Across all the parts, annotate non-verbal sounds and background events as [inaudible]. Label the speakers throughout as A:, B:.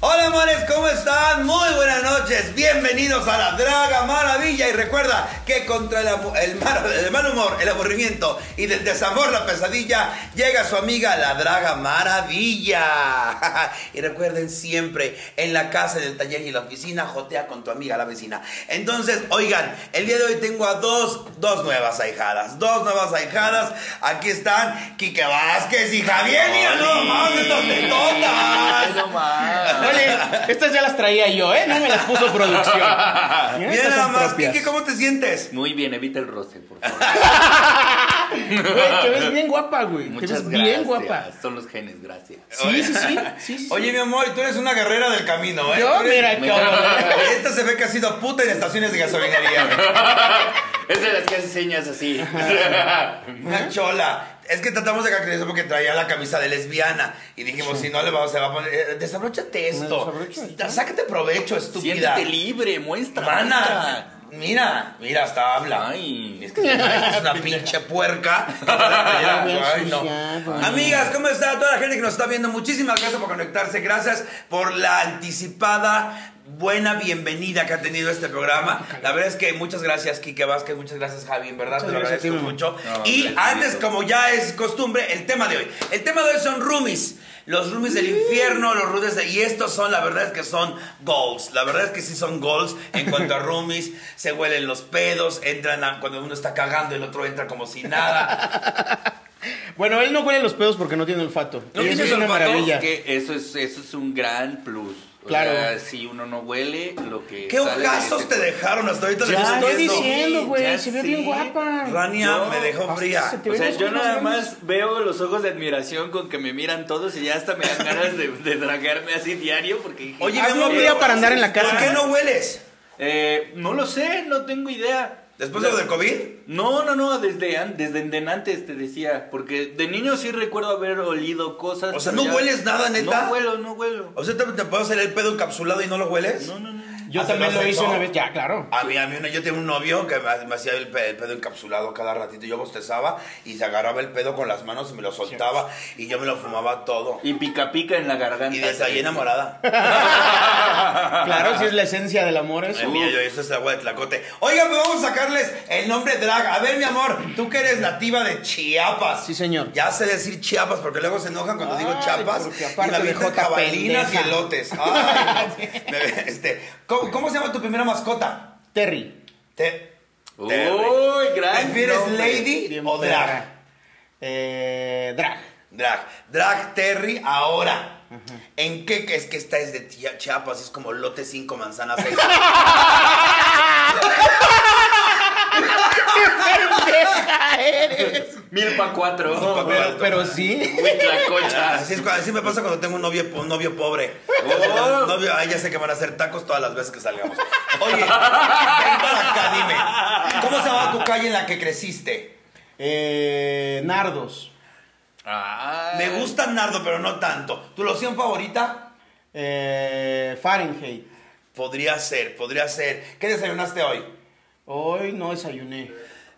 A: Hola amores, ¿cómo están? Muy buenas noches, bienvenidos a la Draga Maravilla y recuerda que contra el, abu- el mar- el mal humor, el aburrimiento y del desamor, la pesadilla, llega su amiga la Draga Maravilla. [laughs] y recuerden siempre, en la casa, en el taller y en la oficina, jotea con tu amiga la vecina. Entonces, oigan, el día de hoy tengo a dos, dos nuevas ahijadas, dos nuevas ahijadas. Aquí están Quique Vázquez y Javier, mira nomás estas tetotas.
B: No más.
C: Órale, estas ya las traía yo, ¿eh? No me las puso
A: [laughs]
C: producción. Mira,
A: Mira
C: estas
A: nada
C: son
A: más,
C: propias.
A: Kike, ¿cómo te sientes?
B: Muy bien, evita el roce, por
C: [laughs]
B: favor.
C: Güey, te ves bien guapa, güey. Te
B: Muchas
C: ves
B: gracias.
C: bien guapa.
B: Son los genes, gracias.
C: Sí, sí, sí. sí, sí.
A: Oye, mi amor, tú eres una guerrera del camino, ¿eh?
C: yo,
A: Tú eres-
C: mira,
B: me-
C: cabrón.
A: Esta se ve que ha sido puta en estaciones de gasolinería.
B: Es de las que hace señas
C: [laughs]
B: así.
A: Una chola. Es que tratamos de caracterizar porque traía la camisa de lesbiana. Y dijimos, si no le vamos, se va a poner. eh, desabróchate esto.
C: desabrocho esto.
A: Sa- Sácate provecho, estúpida.
B: Siéntete libre, muestra.
A: Mana. Mira, mira, hasta habla.
B: Ay.
A: Es que es [laughs] una pinche puerca. Ay, no. Amigas, ¿cómo está? Toda la gente que nos está viendo, muchísimas gracias por conectarse. Gracias por la anticipada. Buena bienvenida que ha tenido este programa. La verdad es que muchas gracias, Quique Vázquez. Muchas gracias, Javi. En verdad, te lo
C: gracias a ti,
A: agradezco
C: mi amor.
A: mucho.
B: No,
A: y
B: hombre,
A: antes,
B: bonito.
A: como ya es costumbre, el tema de hoy. El tema de hoy son roomies. Los roomies del infierno, los roomies de... Y estos son, la verdad es que son goals. La verdad es que sí son goals en cuanto a roomies. Se huelen los pedos, entran a- cuando uno está cagando, el otro entra como si
B: [laughs]
A: nada.
C: Bueno, él no huele los pedos porque no tiene olfato.
A: ¿No
C: Y eso
A: tienes
C: es una
A: olfato?
C: maravilla.
B: Es que eso es, eso es un gran plus. O
C: Claro.
B: sea, si uno no huele, lo que.
A: ¿Qué
B: sale de
A: hojazos
B: ese
A: te
B: cuerpo.
A: dejaron hasta ahorita?
C: Ya
A: de
C: estoy
A: eso?
C: diciendo,
B: ya
C: güey. Se ve
B: sé.
C: bien guapa.
A: Rania
B: Yo-
A: me dejó
C: hasta
A: fría.
C: se te
B: O sea,
C: Veremos
B: yo
C: cómo
B: nada
C: nos
B: más veo los ojos de admiración con que me miran todos y ya hasta me dan ganas de, de tragarme así diario porque dije, "Ah,
A: Oye,
C: Hazme
A: mi amor,
C: un video
A: pero-
C: para andar en la casa.
A: ¿Por qué no hueles?
B: eh, no lo sé, no tengo idea.
A: ¿Después de lo del COVID?
B: No, no, no, desde, an- desde en antes te decía, porque de niño sí recuerdo haber olido cosas.
A: O sea,
B: pero
A: ¿no
B: ya-
A: hueles nada, neta?
B: No huelo, no huelo.
A: O sea, ¿te, te puedo hacer el pedo encapsulado y no lo hueles?
B: No, no, no.
C: Yo
A: ¿Hace
C: también
A: lo
C: lo
A: has
C: hice
A: hecho?
C: una vez. Ya, claro.
A: A mí, a mí, yo tenía un novio que me, me hacía el, pe- el pedo encapsulado cada ratito. Yo bostezaba y se agarraba el pedo con las manos y me lo soltaba y yo me lo fumaba todo.
B: Y pica pica en la garganta.
A: Y desde ahí [laughs] enamorada.
C: Claro, si es la esencia del amor
A: Ay,
C: eso.
A: mira, yo, eso es agua de tlacote. Oiga, pues vamos a sacarles el nombre drag. A ver, mi amor, tú que eres nativa de Chiapas.
C: Sí, señor.
A: Ya sé decir Chiapas porque luego se enojan cuando digo
C: Ay,
A: Chiapas.
C: porque
A: Y
C: aparte
A: me
C: de
A: avientan
C: jota
A: jabalinas y
C: pendeja. [laughs]
A: elotes. Ay, no. Me- este, ¿cómo, cómo se llama tu primera mascota?
C: Terry.
A: Te,
B: Uy,
A: te-
B: gran.
A: ¿Prefieres
B: nombre.
A: lady
C: Bien
A: o
C: perra.
A: drag?
C: Eh,
A: [laughs]
C: drag. [laughs]
A: Drag, Drag Terry ahora. ¿En qué es que esta es de Chia- Chiapas? Es como lote 5 manzanas 6.
B: Mil pa' cuatro.
A: pa'
B: Pero-
A: cuatro. Ah,
C: Pero sí.
B: Uy, tlacocha.
A: Así, es, cu- así me pasa cuando tengo un novio, un novio pobre.
B: Oh.
A: Novio, ay, ya sé que van a hacer tacos todas las veces que salgamos. Oye, ven para acá, dime. ¿Cómo se llama tu calle en la que creciste?
C: Eh, nardos.
B: Ay.
A: Me gusta Nardo, pero no tanto. ¿Tu loción favorita?
C: Eh, Fahrenheit.
A: Podría ser, podría ser. ¿Qué desayunaste hoy?
C: Hoy no
A: [laughs]
C: desayuné.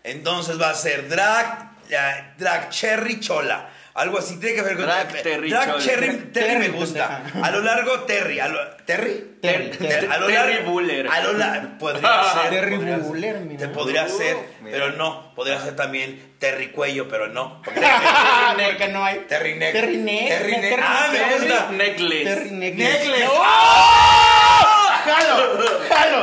A: Entonces va a ser drag, la- drag cherry chola. Algo así tiene que ver con
B: Drag Terry
A: drag
B: Chola.
A: cherry,
C: Drag
A: Terry me
C: Terry,
A: gusta.
C: pendeja.
A: A lo largo Terry, a lo- Terry.
C: Terry, Terry.
A: a lo
B: Terry
A: largo-
B: Buller.
A: A lo largo
B: [laughs]
A: podría ser.
C: Terry
A: podría ser.
C: Buller, mira.
A: Te podría
B: Uh,
A: ser,
B: mira.
A: pero no. Podría ser también Terry Cuello, pero no. Porque
C: [laughs] Porque no hay.
A: Terry Neck.
C: Terry Neck.
A: Terry Neck.
C: Terry
A: Ah, me
B: Terry
A: gusta.
B: Necklace.
C: Terry Necklace.
A: Necklace.
C: No. ¡Jalo! ¡Jalo!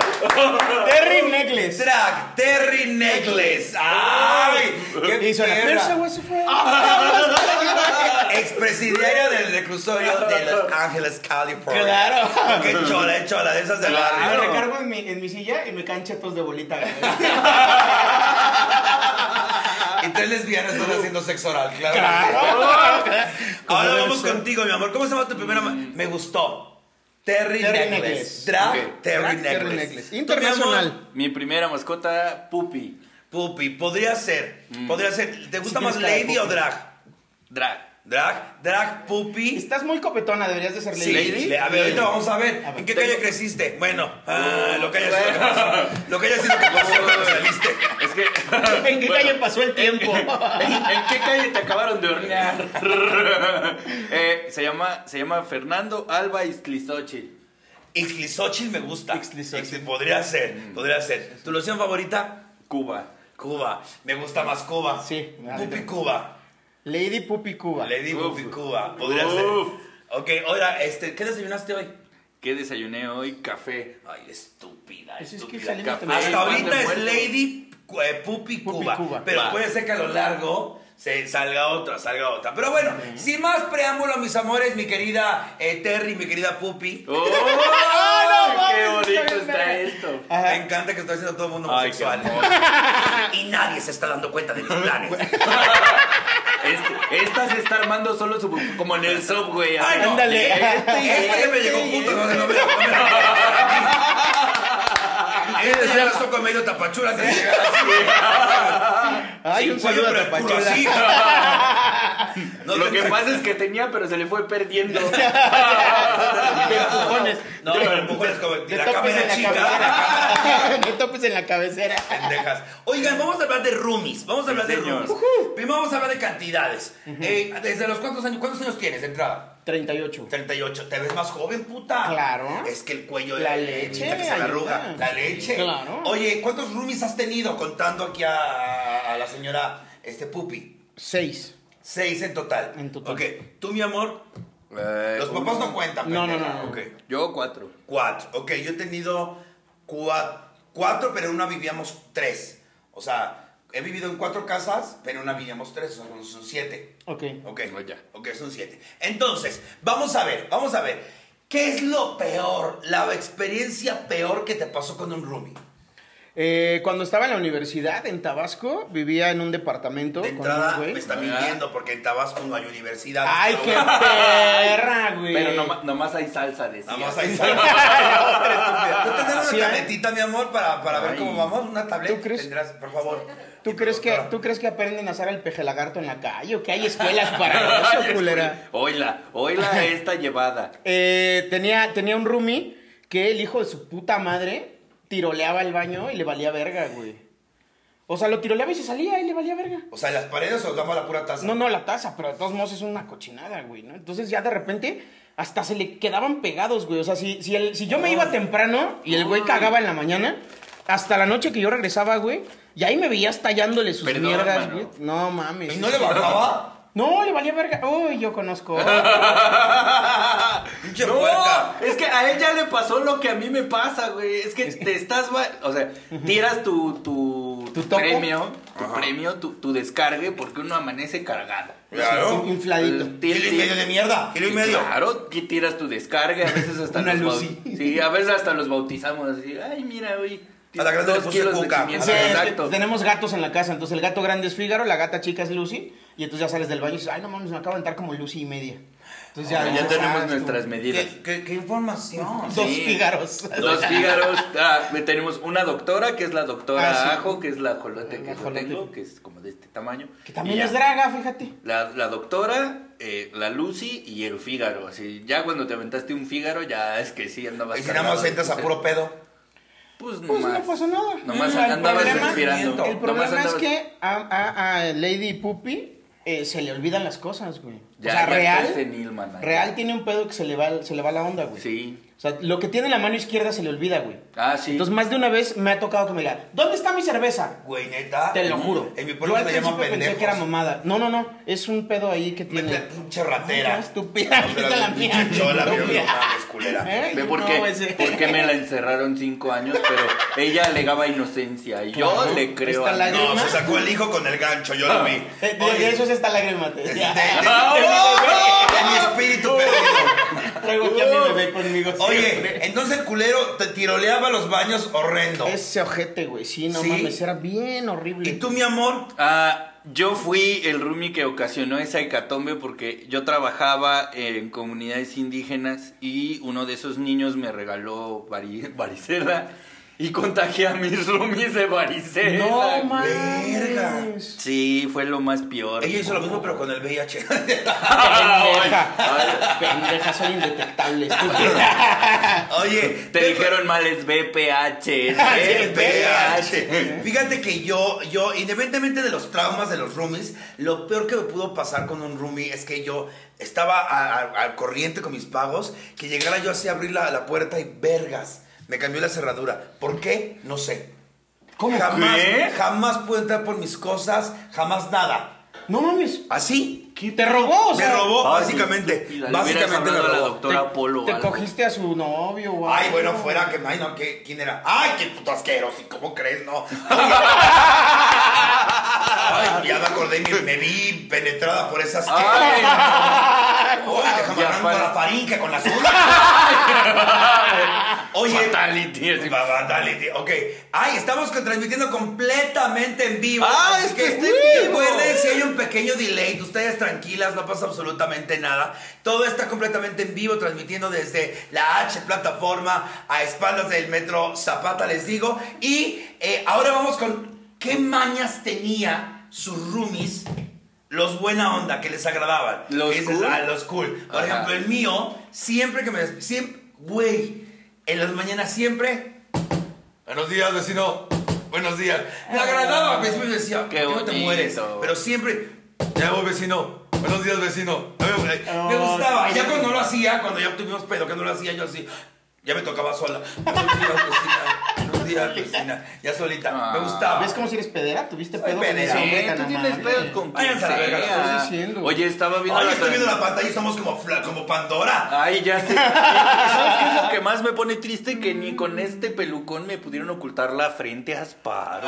C: Terry Necklace.
A: Drag Terry Necklace. ¡Ay! ¡Qué Ah,
C: Y suena.
A: perra!
C: First I was afraid.
A: Expresidiaria del reclusorio de Los Ángeles, California.
C: Claro.
A: Qué chola, eh, chola, de esas de
B: Claro.
C: Me
A: barrio.
C: recargo en mi, en mi silla y me caen chetos de bolita. güey. Ah.
A: Y tres lesbianas están haciendo sexo oral, [laughs] claro. Ahora
C: Como
A: vamos
C: debe ser.
A: contigo, mi amor. ¿Cómo se llama tu primera? ma- Me gustó. Terry,
C: Mm. Terry
A: Necklace.
C: Necklace.
A: Drag
B: Ok.
A: Terry
C: Drag
A: Necklace.
C: Terry Necklace.
A: ¿Tú, mi
C: Internacional.
A: amor?
B: Mi primera mascota, Pupi.
A: Pupi, podría ser. Podría ser. ¿Te gusta
C: Mm. Sí
A: más
C: tienes cara de
A: Lady o
C: pupi.
A: Drag?
B: Drag.
A: Drag, drag pupi.
C: Estás muy copetona, deberías de ser
A: Sí,
C: lady.
A: le- a ver, ahorita vamos a ver.
C: A ver,
A: ¿En qué
B: tengo-
A: calle creciste? Bueno, ah, lo que haya sido que
B: Bueno.
A: pasó. Lo que haya sido que pasó cuando saliste. [laughs]
B: Es que.
C: [laughs] ¿En qué calle pasó el tiempo?
B: ¿En,
C: [laughs]
B: en qué calle te acabaron de hornear? Eh, se, llama, se llama Fernando Alba Iztlisochi.
A: Ixtlisochil me gusta.
C: Ixtlisochil.
A: Ixtli- Podría
C: Mm.
A: ser, podría ser. ¿Tu loción favorita?
B: Cuba.
A: Cuba. Me gusta más Cuba.
C: Sí, me
A: Pupi
C: gusta.
A: Cuba.
C: Lady Pupi Cuba.
A: Lady
B: Uf.
A: Pupi Cuba. Podría
B: Uf.
A: ser. Ok, ahora, este, ¿qué desayunaste hoy?
B: ¿Qué desayuné hoy? Café.
A: Ay, estúpida,
C: Pues es que
A: estúpida.
C: salimos
A: Café,
C: temprano.
A: Hasta
B: Pan de
A: ahorita es
B: muerto.
A: Lady cu- eh, Pupi Cuba,
C: Cuba.
A: Pero
B: Va.
A: puede ser que a lo largo se salga otra, salga otra. Pero bueno, sin más preámbulo, mis amores, mi querida eh, Terry, mi querida Pupi.
B: ¡Oh! ¡Qué
C: mames,
B: bonito
C: está
B: está
C: bien.
B: esto!
C: Ajá.
A: Me encanta que estoy haciendo todo el mundo
B: Ay, qué
A: homosexual. y nadie se está dando cuenta de mis planes.
B: Este- esta se está armando solo su, como en el subway. así.
A: Ay, no.
C: Ándale.
A: Este, este ya me llegó puto, no, no me lo- no
C: [laughs]
A: me lo- Este ya lo con medio tapachula antes de llegar así.
C: Ay, un
A: Sin cuello,
C: saludo
A: pero
C: a
A: el culo
C: Tapachula. [laughs]
A: así. No
B: Lo que
A: tendrá-
B: pasa es que tenía, pero se le
A: [laughs]
B: fue perdiendo.
C: De empujones.
A: No,
C: De-
A: pero empujones como
C: de
A: la
C: topes
A: cámara
C: en la
A: chica. [laughs]
C: cabecera. [laughs] De topes en la cabecera.
A: pendejas. Oigan, vamos a hablar de roomies. Vamos a
B: Sí,
A: hablar de
B: señor.
A: roomies. Primero vamos a hablar de cantidades. Eh, ¿Desde los cuántos años? ¿Cuántos años tienes de entrada?
C: 38.
A: 38, te ves más joven, puta.
C: Claro.
A: Es que el cuello
C: La
A: eh,
C: leche
A: ahorita que se la
C: ayuda.
A: arruga. La leche.
C: Claro.
A: Oye, ¿cuántos roomies has tenido contando aquí a, a la señora este Pupi?
C: 6.
A: Seis en total.
C: En total.
A: Ok, tú, mi amor, los papás no cuentan.
C: No, no,
A: pendeja.
C: no, no.
A: Ok.
B: Eh, Yo cuatro.
A: Cuatro. Ok, yo he tenido cua- cuatro, pero en una vivíamos tres. O sea, he vivido en cuatro casas, pero en una vivíamos tres. O sea, son siete.
C: Ok.
A: Ok,
B: No, ya.
A: ok, son siete. Entonces, vamos a ver, vamos a ver. ¿Qué es lo peor, la experiencia peor que te pasó con un roomie?
C: Eh, cuando estaba en la universidad en Tabasco, vivía en un departamento.
A: De
C: con
A: entrada, pues,
C: un güey. Ah.
A: me está
B: ¿Verdad?
A: mintiendo porque en Tabasco no hay universidad.
C: Ay, qué perra, güey.
B: Pero noma- nomás hay salsa, decía.
A: Nada más ahí [laughs] sale. ¿Tú tendrás
C: Sí,
A: una
C: ¿eh?
A: tabletita, mi amor, para, para ver
B: Ay.
A: cómo vamos? ¿Una tableta?
C: ¿Tú crees?
A: Tendrás, por favor.
C: ¿Tú crees, que,
A: Doctora.
C: ¿Tú crees que aprenden a hacer el peje lagarto en la calle o que hay escuelas
A: [laughs]
C: para eso, culera?
B: Oila, oila esta llevada.
C: Eh, tenía, tenía un roomie que el hijo de su puta madre tiroleaba el baño y le valía verga, güey. O sea, lo tiroleaba y se salía y le valía verga.
A: O sea, las paredes o damos la pura taza.
C: No, no, la taza, pero de todos modos es una cochinada, güey, ¿no? Entonces ya de repente hasta se le quedaban pegados, güey. O sea, si, si, el- si yo me iba temprano y el güey cagaba en la mañana, hasta la noche que yo regresaba, güey, y ahí me veías tallándole sus
B: Perdón,
C: mierdas,
B: mano.
C: güey. No mames.
A: ¿Y no le bajaba?
C: No, le valía verga. Uy,
A: [laughs]
C: yo conozco.
A: [laughs] Pinche puerca.
B: es que a ella le pasó lo que a mí me pasa, güey. Es que te estás, va- o sea, tiras tu, tu,
C: ¿Tu
B: tu
C: topo?
B: premio, tu
A: Ajá.
B: premio, tu, tu descargue, porque uno amanece cargado.
A: Claro.
C: Infladito.
B: Tien-
A: Kilo y
B: tien-
A: medio de mierda. Kilo y medio.
B: Claro, que tiras tu descarga, a veces hasta
C: Una
B: los
C: Lucy.
B: bau- Sí, a veces hasta los bautizamos así. Ay, mira, güey.
A: A la grande le
B: dos
A: puse
B: kilos de
A: cuca.
B: pimienta".
C: Sí, es que
B: Ah, exacto.
C: Tenemos gatos en la casa, entonces el gato grande es Fígaro, la gata chica es Lucy, y entonces ya sales del baño y dices, ay, no mames, me acabo de entrar como Lucy y media. Entonces
B: Ya,
C: dices,
B: tenemos
C: "Ah,
B: nuestras medidas.
A: ¿Qué, qué, qué información?
C: Dos
B: Sí. [laughs]
C: Fígaros.
B: Dos fígaros. Ah, tenemos una doctora, que es la doctora
C: Ah, sí.
B: Ajo, que es la ajolote que
C: La
B: yo
C: ajolote.
B: tengo, que es como de este tamaño.
C: Que
B: Y
C: también
B: ya.
C: es draga, fíjate.
B: La, la doctora, eh, la Lucy y el fígaro. Así, ya cuando te aventaste un fígaro, ya es que sí andabas.
A: Y si nada más
B: cargado.
A: entras a puro pedo.
B: Pues,
C: Pues no
B: nomás.
C: pasó nada.
B: Nomás
C: Mm, el
B: andabas
C: problema-
B: respirando.
C: El
B: Nomás
C: problema es
B: andabas-
C: que a, a- a Lady Puppy eh, se le olvidan las cosas, güey.
B: Ya,
C: o sea,
B: ya
C: real,
B: estás senil, mana.
C: real tiene un pedo que se le va, se le va la onda, güey.
B: Sí.
C: O sea, lo que tiene en la mano izquierda se le olvida, güey.
B: Ah, sí.
C: Entonces, más de una vez me ha tocado que me diga, ¿dónde está mi cerveza?
A: Güey, neta.
C: Te lo juro.
A: En mi
C: Yo
A: pueblo
C: al
A: se le llaman
C: principio
A: pendejos.
C: pensé que era mamada. No, no, no. Es un pedo ahí que tiene.
A: Mete pinche ratera. [laughs]
C: Ay, estúpida. Aquí está la mía.
A: Chola, pero no
C: Estúpida.
A: mames, culera.
C: ¿Eh?
B: Ve
C: Yo
B: por
C: no,
B: qué,
C: [laughs] ese-
B: por qué me la encerraron cinco años, pero ella alegaba inocencia y yo
C: Claro.
B: le creo
C: Está
B: a
C: la-
A: No, se sacó el hijo con el gancho, yo lo vi.
C: Eh, de- Ah,
A: Oye, Este,
C: de eso es esta lágrima. Te
A: es de-
C: decía.
A: de-
C: ah,
A: de mi espíritu perdido.
C: [laughs] Traigo aquí a mi bebé conmigo. ah, siempre.
A: Oye, entonces el culero te tiroleaba los baños horrendo.
C: Ese ojete, güey. Sí, no
A: ¿Sí?
C: mames. Era bien horrible.
A: Y tú, mi amor,
B: Ah, yo fui el roomie que ocasionó esa hecatombe porque yo trabajaba en comunidades indígenas y uno de esos niños me regaló vari- [laughs] varicela Y contagié a mis roomies de
A: Eh,
B: varicela.
C: No
B: güey.
C: mames.
B: Sí, fue lo más peor. [laughs]
A: Ella hizo lo mismo, pero con el VIH.
C: Pendeja. Pendeja, son
A: [laughs]
C: indetectables. estúpida.
A: [laughs] Oye,
B: Te dijeron mal es
A: [laughs]
B: BPH. Es
A: El
B: BPH.
A: VIH. Fíjate que yo, yo, independientemente de los traumas de los roomies, lo peor que me pudo pasar con un roomie es que yo estaba a- a- al corriente con mis pagos, que llegara yo así a abrir la, la puerta y vergas, me cambió la cerradura. ¿Por qué? No sé.
C: ¿Cómo?
A: jamás,
B: qué?
A: jamás pude entrar por mis cosas, jamás nada.
C: No mames.
A: Así.
C: Te robó, o
A: Me
C: sea.
A: robó,
B: Ay,
A: básicamente.
B: estúpida, le hubieras
A: Básicamente me
B: hablado a la
A: robó.
B: doctora. Doctor Apolo,
C: Te
B: algo.
C: cogiste a su novio, güey.
A: Ay, bueno, fuera que. Ay, no, ¿qué- ¿quién era? Ay, qué puto asqueroso. ¿y ¿Cómo crees? No. Ay, pues ya me acordé, me, me vi penetrada por esas.
B: Ay,
A: Oye, déjame
B: Ya
A: arranco
B: para.
A: la faringe con la suya. Oye.
B: Fatality. así.
A: Va- va, dale, tío. Ok. Ay, estamos con- transmitiendo completamente en vivo.
B: Ah,
A: Así
B: es que está en vivo.
A: recuerden, si hay un pequeño delay, ustedes tranquilas, no pasa absolutamente nada. Todo está completamente en vivo, transmitiendo desde la H plataforma a espaldas del metro Zapata, les digo. Y eh, ahora vamos con qué mañas tenía sus roomies. Los buena onda que les agradaban.
B: Los
A: Que dices,
B: cool.
A: "Ah, los cool. Por
B: Ajá.
A: ejemplo, el mío, siempre que me. desp- Siempre, güey, en las mañanas siempre Buenos días, vecino. Buenos días. Me agradaba, vecino. Me decía, ¿por
B: Ah. Qué
A: qué no te
B: bonito.
A: mueres? Pero siempre, ya voy, vecino. Buenos días, vecino. Ya voy, eh, Me
C: Oh,
A: gustaba.
C: qué
A: Ya cuando
C: bonito.
A: no lo hacía, cuando ya tuvimos pedo, que no lo hacía, yo así, ya me tocaba sola. Buenos días, vecina. Buenos días, vecina. Ya solita. Me
B: Ah.
A: gustaba.
C: ¿Ves cómo si eres pedera? ¿Tuviste
A: Soy
C: pedo con
A: pedera.
C: ese hombre
B: Sí,
C: tan
B: tú tienes
C: amable?
B: pedos con quien
A: Váyanse a la verga, lo
B: sea.
C: estoy diciendo.
B: Oye, estaba viendo
A: Ay,
B: la
A: estoy viendo
B: tran-
A: la pantalla y somos como, fla- como Pandora.
B: Ay, ya sé. ¿Sabes qué es lo que más me pone triste? Que ni con este pelucón me pudieron ocultar la frente a Asparo.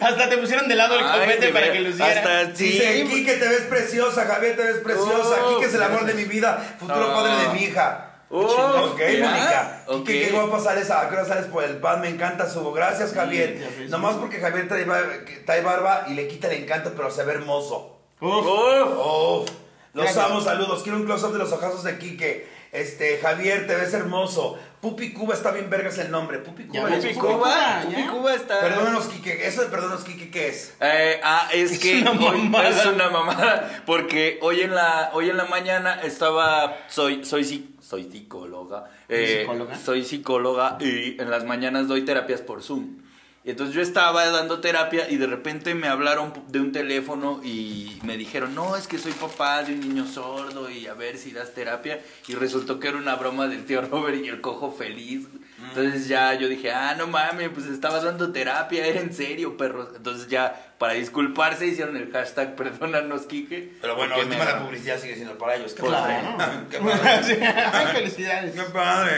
C: Hasta te pusieron de lado el
B: Ay,
C: copete
B: de
C: para
B: ver-
C: que luciera.
B: hasta- sí.
A: Dice, Quique, te ves preciosa, Javier, te ves preciosa.
B: Oh,
A: Quique es el amor de mi vida, futuro
B: Ah.
A: padre de mi hija.
B: Oh,
A: ok,
B: ya,
A: Mónica.
B: ok.
A: Quique, qué guapa sales, a qué hora sales por el pan, me encanta su... Gracias, Javier.
C: ya ves.
A: Nomás porque Javier trae, bar- que trae barba y le quita el encanto, pero se ve hermoso.
C: Uf.
B: Uf.
A: Oh, los
C: Gracias.
A: amo, saludos. Quiero un close-up de los ojazos de Quique. Este, Javier, te ves hermoso. Pupi Cuba está bien vergas el nombre. Pupi
C: Ya
A: Cuba.
C: ves,
B: Pupi
C: Pupi
B: Cuba,
C: Cuba,
B: Pupi
C: ¿ya?
B: Cuba está.
A: Perdónanos, Quique. Eso de perdónanos, Quique, ¿qué es?
B: Eh, ah, es,
C: Es
B: que
C: una
B: hoy-
C: mamada.
B: es una mamada porque hoy en la hoy en la mañana estaba soy soy psi- soy psicóloga, eh,
C: psicóloga?
B: soy psicóloga y en las mañanas doy terapias por Zoom. Y entonces yo estaba dando terapia y de repente me hablaron de un teléfono y me dijeron, no, es que soy papá de un niño sordo y a ver si das terapia. Y resultó que era una broma del tío Robert y el cojo feliz.
A: Mm.
B: Entonces ya yo dije, ah, no mames, pues estabas dando terapia, era en serio, perros. Entonces ya, para disculparse, hicieron el hashtag [laughs] perdónanos, Quique.
A: Pero bueno,
B: porque
A: el tema
B: me-
A: de la publicidad sigue siendo para ellos. Qué
B: Pues,
A: padre.
C: [laughs] claro.
A: [laughs] Qué padre.
C: Sí. Ay, felicidades.
A: Qué padre.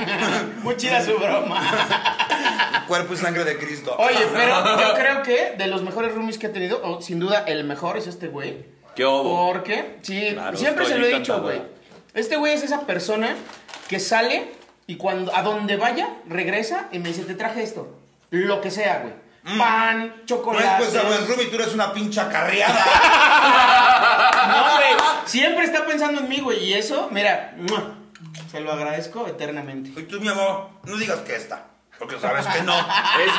A: [laughs]
C: Muy chida su broma.
A: Cuerpo y sangre de Cristo.
C: Oye, pero yo creo que de los mejores roomies que he tenido, o sin duda el mejor es este güey.
B: ¿Qué hubo?
C: Porque, sí,
B: Oh. Claro,
C: siempre se
B: estoy
C: lo he dicho,
B: encantadora.
C: güey. Este güey es esa persona que sale y cuando a donde vaya, regresa y me dice, te traje esto. Lo que sea, güey. Pan,
A: No
C: chocolate.
A: es pues el Rumi, tú eres una pincha carriada.
C: [laughs] No, güey. Siempre está pensando en mí, güey. Y eso, mira, ¡mua! se lo agradezco eternamente.
A: [laughs] Y tú, mi amor, no digas que esta. Porque sabes que
C: [laughs]
A: no.
B: Es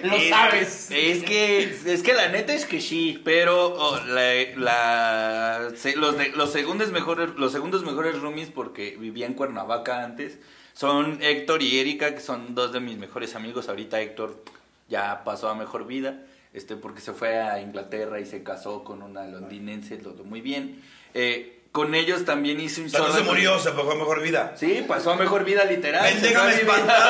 B: que
C: Lo
B: Es-
C: sabes.
B: Es que, es que la neta es que sí, pero oh, la- la- se- los, de- los segundos mejores, los segundos mejores roomies porque vivía en Cuernavaca antes son Héctor y Erika que son dos de mis mejores amigos. Ahorita Héctor ya pasó a mejor vida, este porque se fue a Inglaterra y se casó con una londinense, lo muy bien. Eh, con ellos también hice un
A: O sea, no
B: solo-
A: se murió, se fue a mejor vida.
B: Sí, pasó a mejor vida literal. se
A: Pendeja,
B: fue a
A: me
B: vivir-
A: espantaste, [laughs]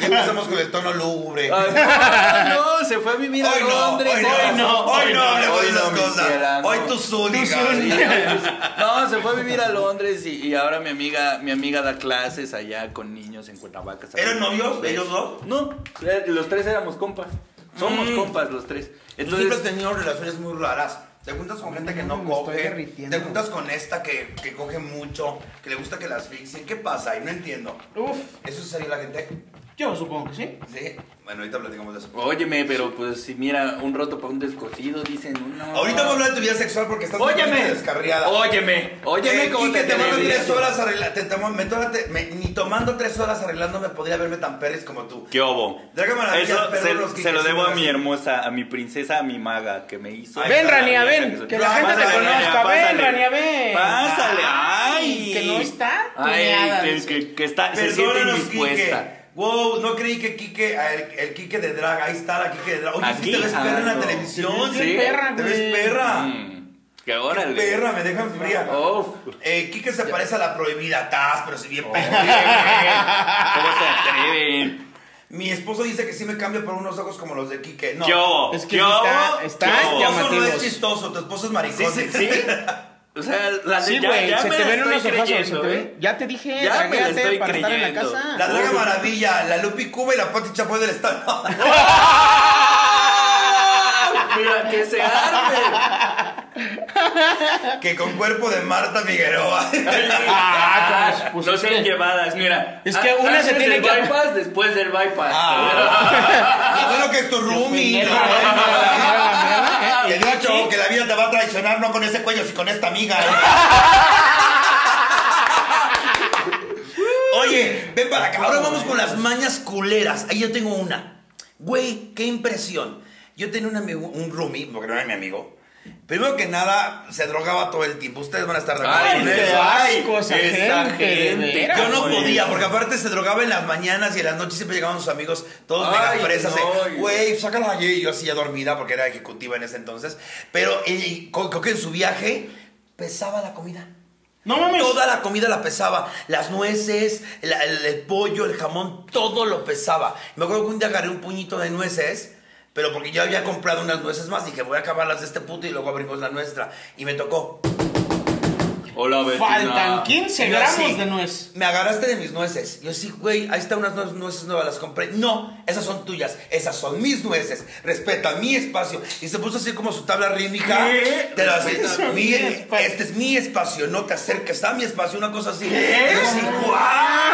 A: estúpida. Ya empezamos con el tono lúgubre. Hoy
B: Ay, no, no, se fue a [laughs] vivir a
A: no,
B: Londres.
A: hoy no, hoy
C: hoy no,
A: no hablemos de
B: hoy no,
A: esas
B: mi
A: cosas.
B: ciela, no.
A: Hoy tú zúnica.
B: Sí, No, se fue a vivir a Londres y, y ahora mi amiga, mi amiga da clases allá con niños en Cuernavaca.
A: ¿Eran novios de ellos dos?
B: No, eh, los tres éramos compas. Somos
A: Mm.
B: compas los tres.
A: Siempre he
B: Entonces,
A: tenido relaciones muy raras. Te juntas con gente que no
C: me estoy
A: coge.
C: derritiendo.
A: Te juntas con esta que, que coge mucho, que le gusta que la asfixien. ¿Qué pasa ahí? No entiendo.
C: [laughs] Uf.
A: ¿Eso sería la gente?
C: Yo supongo que sí.
A: Sí. Bueno, ahorita platicamos de eso.
B: Óyeme, pero pues si mira, un roto para un descosido, dicen uno.
A: Ahorita vamos a hablar de tu vida sexual porque estás
B: Óyeme.
A: totalmente descarriada.
B: Óyeme. Óyeme
A: Eh,
B: cómo
A: Quique,
B: te,
A: te mando
B: televisas.
A: tres horas arregla- te- te mando- me tomo- te- me- Ni tomando tres horas arreglándome podría verme tan perris como tú.
B: ¿Qué obo?
A: Draga Maravilla,
B: Eso
A: perros,
B: se,
A: los
B: se lo
A: Quiques,
B: debo a mi
A: así.
B: hermosa, a mi princesa, a mi maga que me hizo.
A: Ahí
C: Ven,
A: está,
C: Rania,
B: Rania,
C: ven.
B: que-
C: Que la gente te
A: Pásale,
C: conozca.
B: Rania, pásale.
C: Ven, Rania, ven.
B: Pásale, ay.
C: Que no está. tuneada,
B: Ay, que,
C: dice.
B: que- que está, [laughs] se siente
A: Perdónanos,
B: indispuesta.
A: Quique. Wow, no creí que Quique, a el, el Quique de drag, ahí está la Quique de drag. Oye, sí
B: Aquí
A: te ves perra en la
B: ando.
A: televisión.
B: Sí,
A: ¿sí?
C: perra,
A: Te ves
C: güey.
A: perra.
B: Mm, Oh. que órale.
A: Perra, me dejan fría.
B: Uf.
A: Eh, Quique se parece a la prohibida Taz, pero si bien perra.
B: Óyeme, [laughs] ¿Cómo se atreven?
A: Mi esposo dice que sí me cambia por unos ojos como los de Quique. No.
B: ¿Qué obo?
C: Es
B: ¿Qué
C: que sí está-
B: obo?
C: está
B: ¿Qué
A: Tu
B: obo?
A: esposo no es
C: llamativos.
A: chistoso, tu esposo es
B: Sí,
A: maricón.
B: sí, sí. O sea, la
C: Sí,
B: ya-
C: güey,
B: ya
C: se
B: me
C: te
B: la
C: ven
B: estoy
C: unos ojazos, se
B: creyendo,
C: te
B: ¿eh?
C: ven. Ya te dije,
B: Ya me la
C: traquéate
B: estoy
C: para estar en la
B: creyendo.
C: casa.
A: La Draga Maravilla, la Lupi Cuba y la Pati Chapoy del
B: [laughs]
A: Estado.
B: [laughs] Mira, que se arme.
A: que con cuerpo de Marta
B: [laughs]
A: Figueroa.
C: Ah,
B: Ah,
C: pues,
B: no
C: es
B: sean
C: que-
B: llevadas, mira.
C: Es que
B: Ah,
C: una se
B: antes
C: tiene
B: del
C: que- Ah,
B: bypass, después del bypass.
A: Qué bueno que es tu roomie.
C: Pendeja, eh, la mierda, la mierda, eh.
A: Te he
C: Y yo
A: dicho
C: aquí-
A: que la vida te va a traicionar, no con ese cuello, sino con esta amiga. ¿eh?
C: [laughs]
A: Oye, ven para acá. Ahora vamos con las mañas culeras. Ahí yo tengo una. Güey, qué impresión. Yo tenía un amigo, un roomie, porque no era mi amigo. Primero que nada, se drogaba todo el tiempo. Ustedes van a estar de acuerdo
B: Ay,
A: con
B: qué
A: eso.
C: asco esa
B: esa
C: gente, de
B: gente.
C: veras.
A: Yo no
B: Oye.
A: podía, porque aparte se drogaba en las mañanas y en las noches siempre llegaban sus amigos, todos
B: Ay,
A: mega fresas.
B: no,
A: de,
B: y-
A: Güey, sácala allí. Y yo así ya dormida porque era ejecutiva en ese entonces. Pero eh, co- creo que en su viaje pesaba la comida.
C: No mames.
A: Toda la comida la pesaba. Las nueces, la- el, el pollo, el jamón, todo lo pesaba. Me acuerdo que un día agarré un puñito de nueces. Pero porque yo había comprado unas nueces más, dije, voy a acabar las de este puto y luego abrimos la nuestra. Y me tocó.
B: Hola, vecina.
C: Faltan 15
A: Y yo así,
C: gramos
B: [laughs]
C: de nuez.
A: Me agarraste de mis nueces. Yo sí, güey, ahí están unas nue- nueces nuevas, las compré. No, esas son tuyas, esas son mis nueces. Respeta mi espacio. Y se puso así como su tabla rítmica.
B: ¿Qué?
A: Te las
B: Respeta
A: mi-
C: mi espacio.
A: Este es mi espacio, no te acerques a mi espacio, una cosa así. Yo sí, guau.
C: [laughs]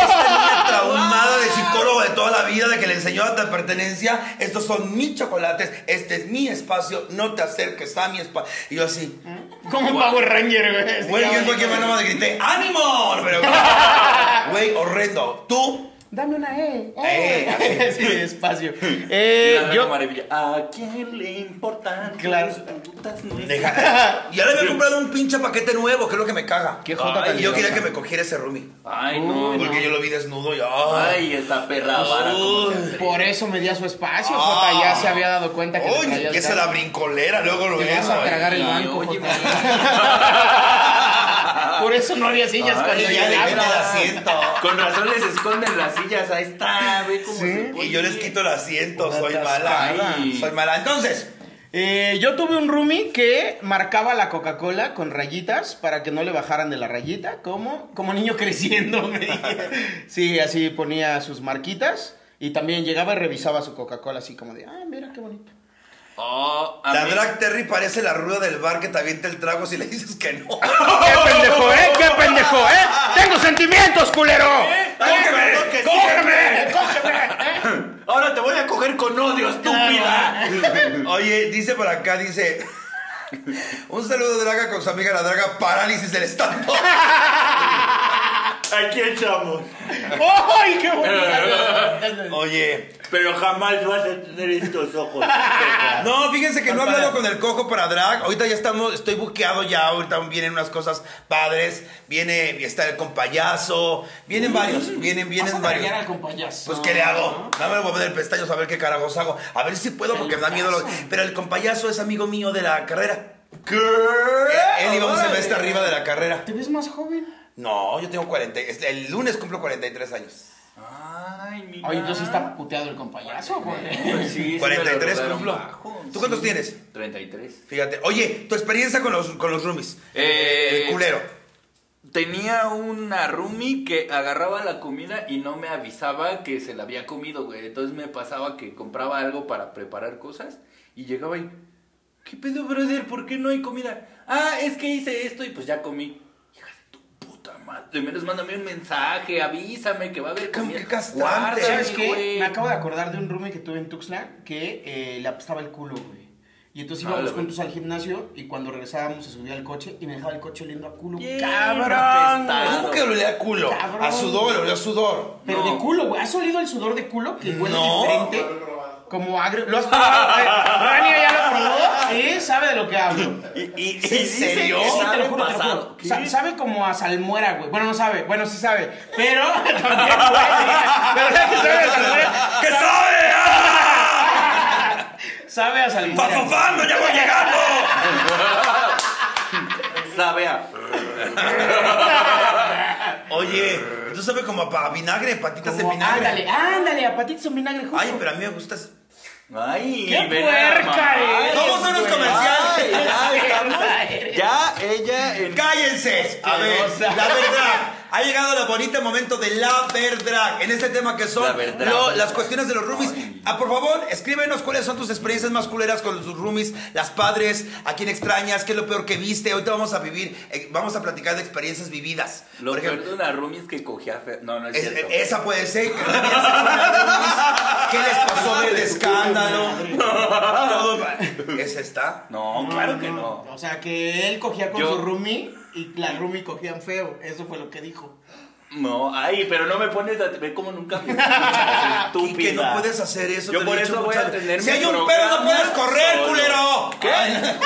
A: Esta niña traumada de psicólogo de toda la vida, de que le enseñó la pertenencia. Estos son mis chocolates, este es mi espacio, no te acerques a mi espacio. Y yo así.
C: Como un Power Ranger, güey. Así
A: Güey,
C: que
A: yo en
C: vale.
A: cualquier momento me grité, ¡ánimo! Pero,
C: [laughs]
A: güey, horrendo. Tú,
C: Dame una E.
A: Eh,
C: [laughs]
A: así.
C: sí,
A: [laughs]
C: despacio.
B: Mira,
C: Eh,
B: la
C: yo.
B: maravilla. ¿A quién le importan
C: Claro.
B: tus putas nueces?
A: deja.
C: [laughs]
A: Y ahora me he comprado un pinche paquete nuevo, que es lo que me caga.
C: Qué
A: Ay,
C: jota
A: yo
C: peligrosa.
A: quería que me cogiera ese roomie.
B: Ay, no.
C: Uy,
B: no.
A: Porque yo lo vi desnudo y. ah. ¡Ay!
B: Ay, esta perra vara. cómo se
A: Uy,
B: atreve.
C: Por e- eso me di a su espacio,
A: Ah.
C: Jota. Ya se había dado cuenta que. le
A: Uy,
C: traía el
A: que se
C: carro.
A: la brincolera, luego lo eh.
C: Te vas
A: beso.
C: a tragar el
B: Ay,
C: banco,
B: oye,
C: Jota.
B: güey.
C: [laughs] Por eso no había sillas
B: Ay,
A: Ay,
C: cuando
A: ya
C: ya
A: le
C: le
A: quito el
C: habla.
A: asiento.
C: [laughs]
B: Con razón les esconden las sillas. Ahí está, ve cómo se pone.
A: Y yo les quito el asiento,
C: Una
A: soy mala.
B: atascada.
A: Soy mala. Entonces,
C: Eh, yo tuve un roomie que marcaba la Coca-Cola con rayitas para que no le bajaran de la rayita, como, como niño [laughs] creciendo. me dije. sí, así ponía sus marquitas y también llegaba y revisaba su Coca-Cola así como de, ah, mira qué bonito.
B: Oh, a
A: la
B: mí-
A: drag Terry parece la ruda del bar que te avienta el trago si le dices que
C: [laughs]
A: no.
C: ¡Qué
B: [laughs]
C: pendejo, eh! ¡Qué pendejo, eh! ¡Tengo sentimientos, culero!
A: ¡Cógeme!
C: ¡Cógeme! ¡Cógeme!
B: Ahora te voy a coger con odio, estúpida.
A: Oye, dice por acá, dice. Un saludo Draga con su amiga la Draga Parálisis del Estado.
B: Aquí echamos.
C: ¡Ay, qué bonito!
A: Oye.
B: Pero jamás vas a tener estos ojos.
A: No, fíjense que no he hablado con el cojo para drag. Ahorita ya estamos, estoy buqueado ya. Ahorita vienen unas cosas padres. Viene, está el compayazo. Vienen varios, vienen, vienen varios. Pues, ¿qué le hago? Nada más le voy a poner pestaños a ver qué carajos hago. A ver si puedo, porque me da miedo. lo- Pero el compayazo es amigo mío de la carrera.
B: [laughs] ¿Qué?
A: Él iba un semestre este arriba de la carrera.
C: ¿Te ves más joven?
A: No, yo tengo 40. y- El lunes cumplo 43 años.
B: Ay, mira.
C: Oye, entonces está puteado el compayazo, güey.
B: Pues sí, sí
A: 43
B: me lo
A: cumplo.
B: rodaron bajo.
A: ¿Tú cuántos tienes?
B: 33.
A: Fíjate. Oye, tu experiencia con los, con los roomies.
B: Eh,
A: El culero.
B: Tenía una roomie que agarraba la comida y no me avisaba que se la había comido, güey. Entonces me pasaba que compraba algo para preparar cosas y llegaba y... ¿Qué pedo, brother? ¿Por qué no hay comida? Ah, es que hice esto y pues ya comí. Hija de tu puta de menos mándame un mensaje, avísame que va a haber
A: Como
B: comida.
A: que castrante.
B: Guárdame,
C: ¿Sabes qué?
B: güey.
C: Me acabo de acordar de un roomie que tuve en Tuxtla que eh, le apestaba el culo, güey. Y entonces
B: Ah,
C: íbamos
B: la
C: juntos al gimnasio y cuando regresábamos se subía al coche y me dejaba el coche oliendo a culo.
B: Bien
C: ¡Cabrón!
B: apestado.
C: güey.
A: ¿Cómo que olía a culo?
C: Cabrón.
A: A sudor, olía a sudor.
C: Pero
B: No.
C: de culo, güey. ¿Has olido el sudor de culo? Que huele
A: No.
C: diferente.
D: Lo he probado.
C: Como agrio. ¿Lo has probado? güey? Rania ya lo probó. Sí, sabe de lo que hablo.
B: Y, y, y
A: ¿En
B: dice
A: serio?
B: que
C: Sí, te
B: sabe
C: lo juro, te lo
B: pasado.
C: juro.
B: ¿Qué?
C: Sa- sabe como a salmuera, güey. Bueno, no sabe. Bueno, sí sabe. Pero [laughs] también, güey. Pero sabe que sabe a salmuera.
A: ¿Qué sabe?
C: [laughs] Sabe a salmuera. güey.
A: ¡Papofando, ya voy llegando!
B: Sabe a-
A: Oye, tú sabes como a pa- vinagre, patitas
C: Como,
A: de vinagre.
C: Ándale, ándale, a patitas en vinagre justo.
A: Ay, pero a mí me gusta. ese-
B: Ay,
C: ¡Qué
B: ven a
C: puerca
B: mamar.
C: eres,
A: Vamos a unos
C: güey!
A: comerciales.
B: Ay, ya
C: Ay,
B: estamos.
C: eres.
B: Ya ella en
A: ¡Cállense! A ver,
C: Asquerosa.
A: la verdad. Ha llegado el bonito momento de la verdad en este tema que son
B: La verdad.
A: lo- las cuestiones de los roomies.
B: Ay.
A: Ah, por favor, escríbenos cuáles son tus experiencias más culeras con tus roomies, las padres, a quién extrañas, qué es lo peor que viste. Ahorita vamos a vivir, eh, vamos a platicar de experiencias vividas.
B: Lo
A: por
B: peor
A: ejemplo,
B: de una roomie es que cogía feo. No, no es,
A: Es- eh,
B: cierto.
A: esa puede ser. que la vida sexual de Luis, ¿Qué les pasó
B: [laughs]
A: del escándalo? Todo mal. ¿Es esta?
B: No, claro que no.
C: O sea, que él cogía con
B: Yo-
C: su roomie y la roomie cogían feo. Eso fue lo que dijo.
B: No, ay, pero no me pones a ve como
A: [laughs]
B: nunca me escuchas,
A: Y
B: estúpida.
A: que no puedes hacer eso.
B: Yo
A: te lo
B: por
A: he dicho
B: eso voy
A: muchas
B: a
A: veces.
B: tener
A: Si
B: mi
A: hay un pedo, no
B: programa
A: puedes correr,
B: solo.
A: culero.
B: ¿Qué?
A: Ay,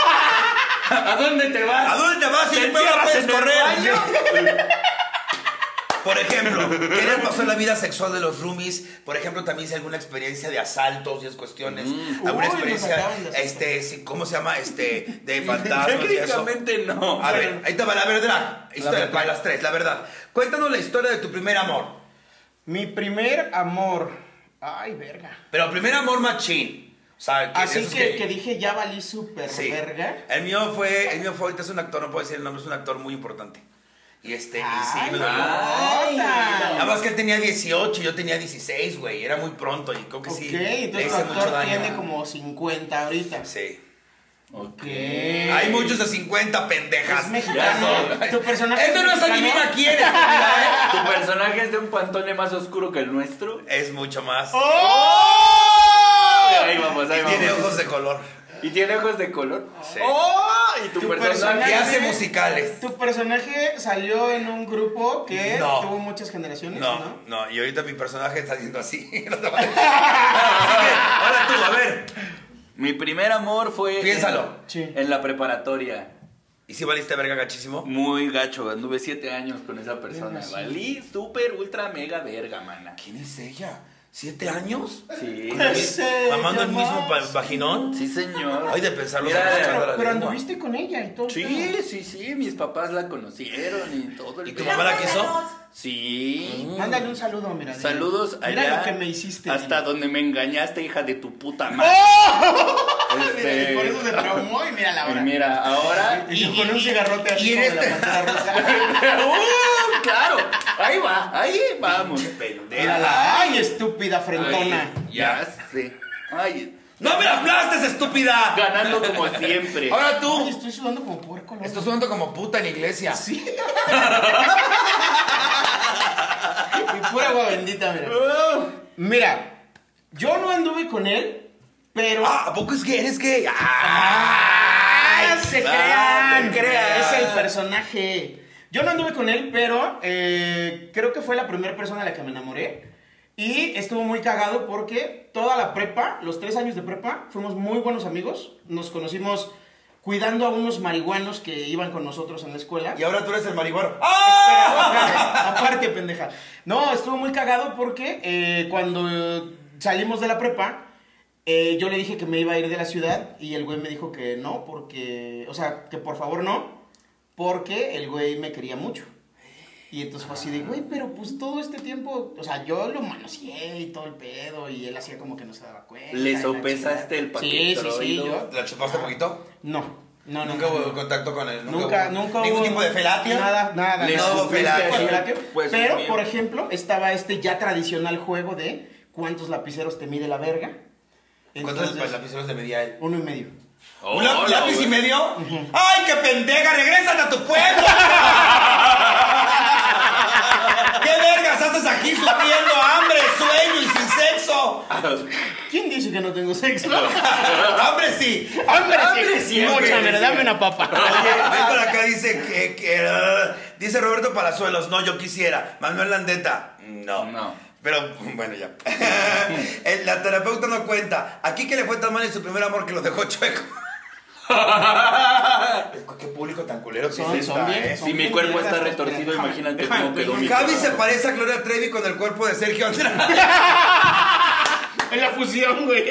B: ¿A dónde te vas?
A: ¿A dónde te vas si
B: ¿Te
A: un pedo no
B: encierras
A: puedes
B: en el
A: correr?
B: baño?
A: Por ejemplo, ¿qué les pasó en la vida sexual de los roomies? Por ejemplo, también si alguna experiencia de asaltos y es cuestiones.
B: Mm.
A: Alguna
C: Uy, nos
A: experiencia,
C: acaban de asaltar.
A: este, sí, ¿cómo se llama? Este,
B: [laughs]
A: de fantasmas y eso.
B: Técnicamente no.
A: A ver, ahí te va la verdad. Historia
C: verdad.
A: para las tres, la verdad. Cuéntanos la historia de tu primer amor.
C: Mi primer amor. Ay, verga.
A: Pero primer amor machín. O sea, que
C: Así
A: esos
C: Ah, que, que dije, ya valí súper
A: Sí.
C: verga.
A: El mío fue, el mío fue, ahorita es un actor, no puedo decir el nombre, es un actor muy importante. Y este, y sí, me dolió.
C: ay,
A: Nada más que él tenía 18, yo tenía 16, güey. Era muy pronto y creo que
C: Ok,
A: sí. le
C: entonces
A: hice
C: el
A: mucho
C: actor
A: daño.
C: tiene como 50 ahorita.
A: Sí.
B: Ok.
C: ¿Qué?
A: Hay muchos de 50 pendejas.
C: Es mexicano.
B: Ya
C: Tu personaje
A: Esto no es
C: mexicano.
A: adivina quién [laughs] es. mira,
B: ¿eh? ¿Tu personaje es de un pantone más oscuro que el nuestro?
A: eh. Es mucho más.
C: Oh,
B: Ahí vamos, ahí
A: Y tiene
B: vamos.
A: ojos de color.
B: ¿Y tiene ojos de color?
A: Sí.
B: ¡Oh! ¿Y tu,
C: Tu
A: Y
B: personaje?
C: personaje-
A: hace musicales.
C: Tu personaje salió en un grupo que
A: No.
C: tuvo muchas generaciones, ¿no?
A: No, no, y ahorita mi personaje está haciendo así. [laughs] No te vayas. Así que, ahora tú, a ver.
B: Mi primer amor fue... en-
A: Piénsalo.
C: Sí.
B: En la preparatoria.
A: ¿Y si valiste verga gachísimo?
B: Muy gacho, anduve siete años con esa persona.
C: Verga, sí.
B: Valí súper, ultra, mega verga, mana.
A: ¿Quién es ella? ¿Siete años? [laughs]
B: Sí.
C: Ese
A: ¿Mamando el
C: llamado-
A: mismo pa- vaginón?
B: Sí, señor.
A: Ay, de pensarlo,
B: Mira,
A: se me
C: Pero,
A: Pero la
C: pero
A: lengua.
C: anduviste con ella y todo.
B: Sí, sí, sí, mis papás la conocieron y todo. el
A: ¿Y tu
B: pedo.
A: mamá la quiso? Mm.
B: Sí.
C: Mándale un saludo, mira. dile.
B: Saludos allá.
C: Mira lo que me hiciste.
B: Hasta
C: dile.
B: donde me engañaste, hija de tu
A: [laughs]
B: puta madre. Este,
C: Y Por eso se traumó y mira la
B: y
C: hora.
B: mira, ahora.
C: Y yo con un cigarrote
A: y
C: así
A: en
C: como de la
A: este-
C: pantera rosa. [laughs]
B: ¡Uh! ¡Claro! Ahí va, ahí vamos.
A: Pendeja.
C: Mírala. Ay, estúpida frentona.
B: Ay, Ya sé. Ay,
A: ¡No me la aplastes, estúpida!
B: ganando como siempre.
A: Ahora
C: Ay,
A: tú.
C: estoy sudando como puerco. loco.
A: Esto sonando como puta en iglesia.
C: Sí. y pura agua bendita, [laughs] mira. Mira, yo no anduve con él, pero.
A: Ah, ¿a poco es que eres gay?
C: ¡Ah,
A: ¡Ay!
C: se
A: ah,
C: crean!
A: te crean.
C: Es el personaje. Yo no anduve con él, pero eh, creo que fue la primera persona a la que me enamoré. Y estuvo muy cagado porque toda la prepa, los tres años de prepa, fuimos muy buenos amigos. Nos conocimos cuidando a unos marihuanos que iban con nosotros en la escuela.
A: Y ahora tú eres el marihuano.
C: Espera, [laughs] aparte, pendeja. No, estuvo muy cagado porque eh, cuando salimos de la prepa, eh, yo le dije que me iba a ir de la ciudad y el güey me dijo que no, porque, o sea, que por favor no, porque el güey me quería mucho. Y entonces fue así de, güey, pero pues todo este tiempo, o sea, yo lo manoseé y todo el pedo y él hacía como que no se daba cuenta.
B: Le
C: y la
B: sopesaste
C: chingada.
B: el
C: Sí, sí, sí,
B: paquetroido.
C: yo.
A: ¿La chupaste un poquito?
C: No, no, no.
A: Nunca
C: no,
A: hubo
C: no.
A: contacto con él.
C: Nunca, nunca hubo.
A: Ningún tipo de felatio.
C: Nada, nada.
B: Le
C: nada.
A: No hubo
B: escupiste
A: felatio.
B: así,
C: Felatio.
B: pues,
C: Pero,
B: bien.
C: por ejemplo, estaba este ya tradicional juego de cuántos lapiceros te mide la verga.
A: ¿Cuántos
C: Entonces,
A: lapiceros le medía él?
C: Uno y medio.
A: ¿Un lap- lápiz y [laughs] medio? ¡Ay, qué pendeja! ¡Regrésate a tu pueblo! haces aquí sufriendo hambre, sueño y sin sexo?
C: ¿Quién dice que no tengo sexo? [laughs]
A: [laughs] hambre sí.
C: ¡Hambre,
B: Hambre
C: sí!
B: siempre,
C: Mucha, mira,
B: sí.
C: dame una papa.
A: Oye, ven por acá, dice que, que, ah, dice Roberto Palazuelos, no, yo quisiera. Manuel Landeta, no.
B: No.
A: Pero bueno, ya. [laughs] El- La terapeuta no cuenta. Aquí que le fue tan mal en su primer amor que lo dejó chueco. [laughs] Qué público tan culero que
C: Son-
A: es
C: son
A: esta,
C: bien,
A: ¿eh?
C: son
B: Si mi cuerpo está retorcido,
C: Déjame,
B: imagínate
C: déjame,
B: cómo quedó mi
A: Javi
B: cuerpo.
A: se parece a Gloria Trevi con el cuerpo de Sergio Andrade.
C: Es la fusión, güey.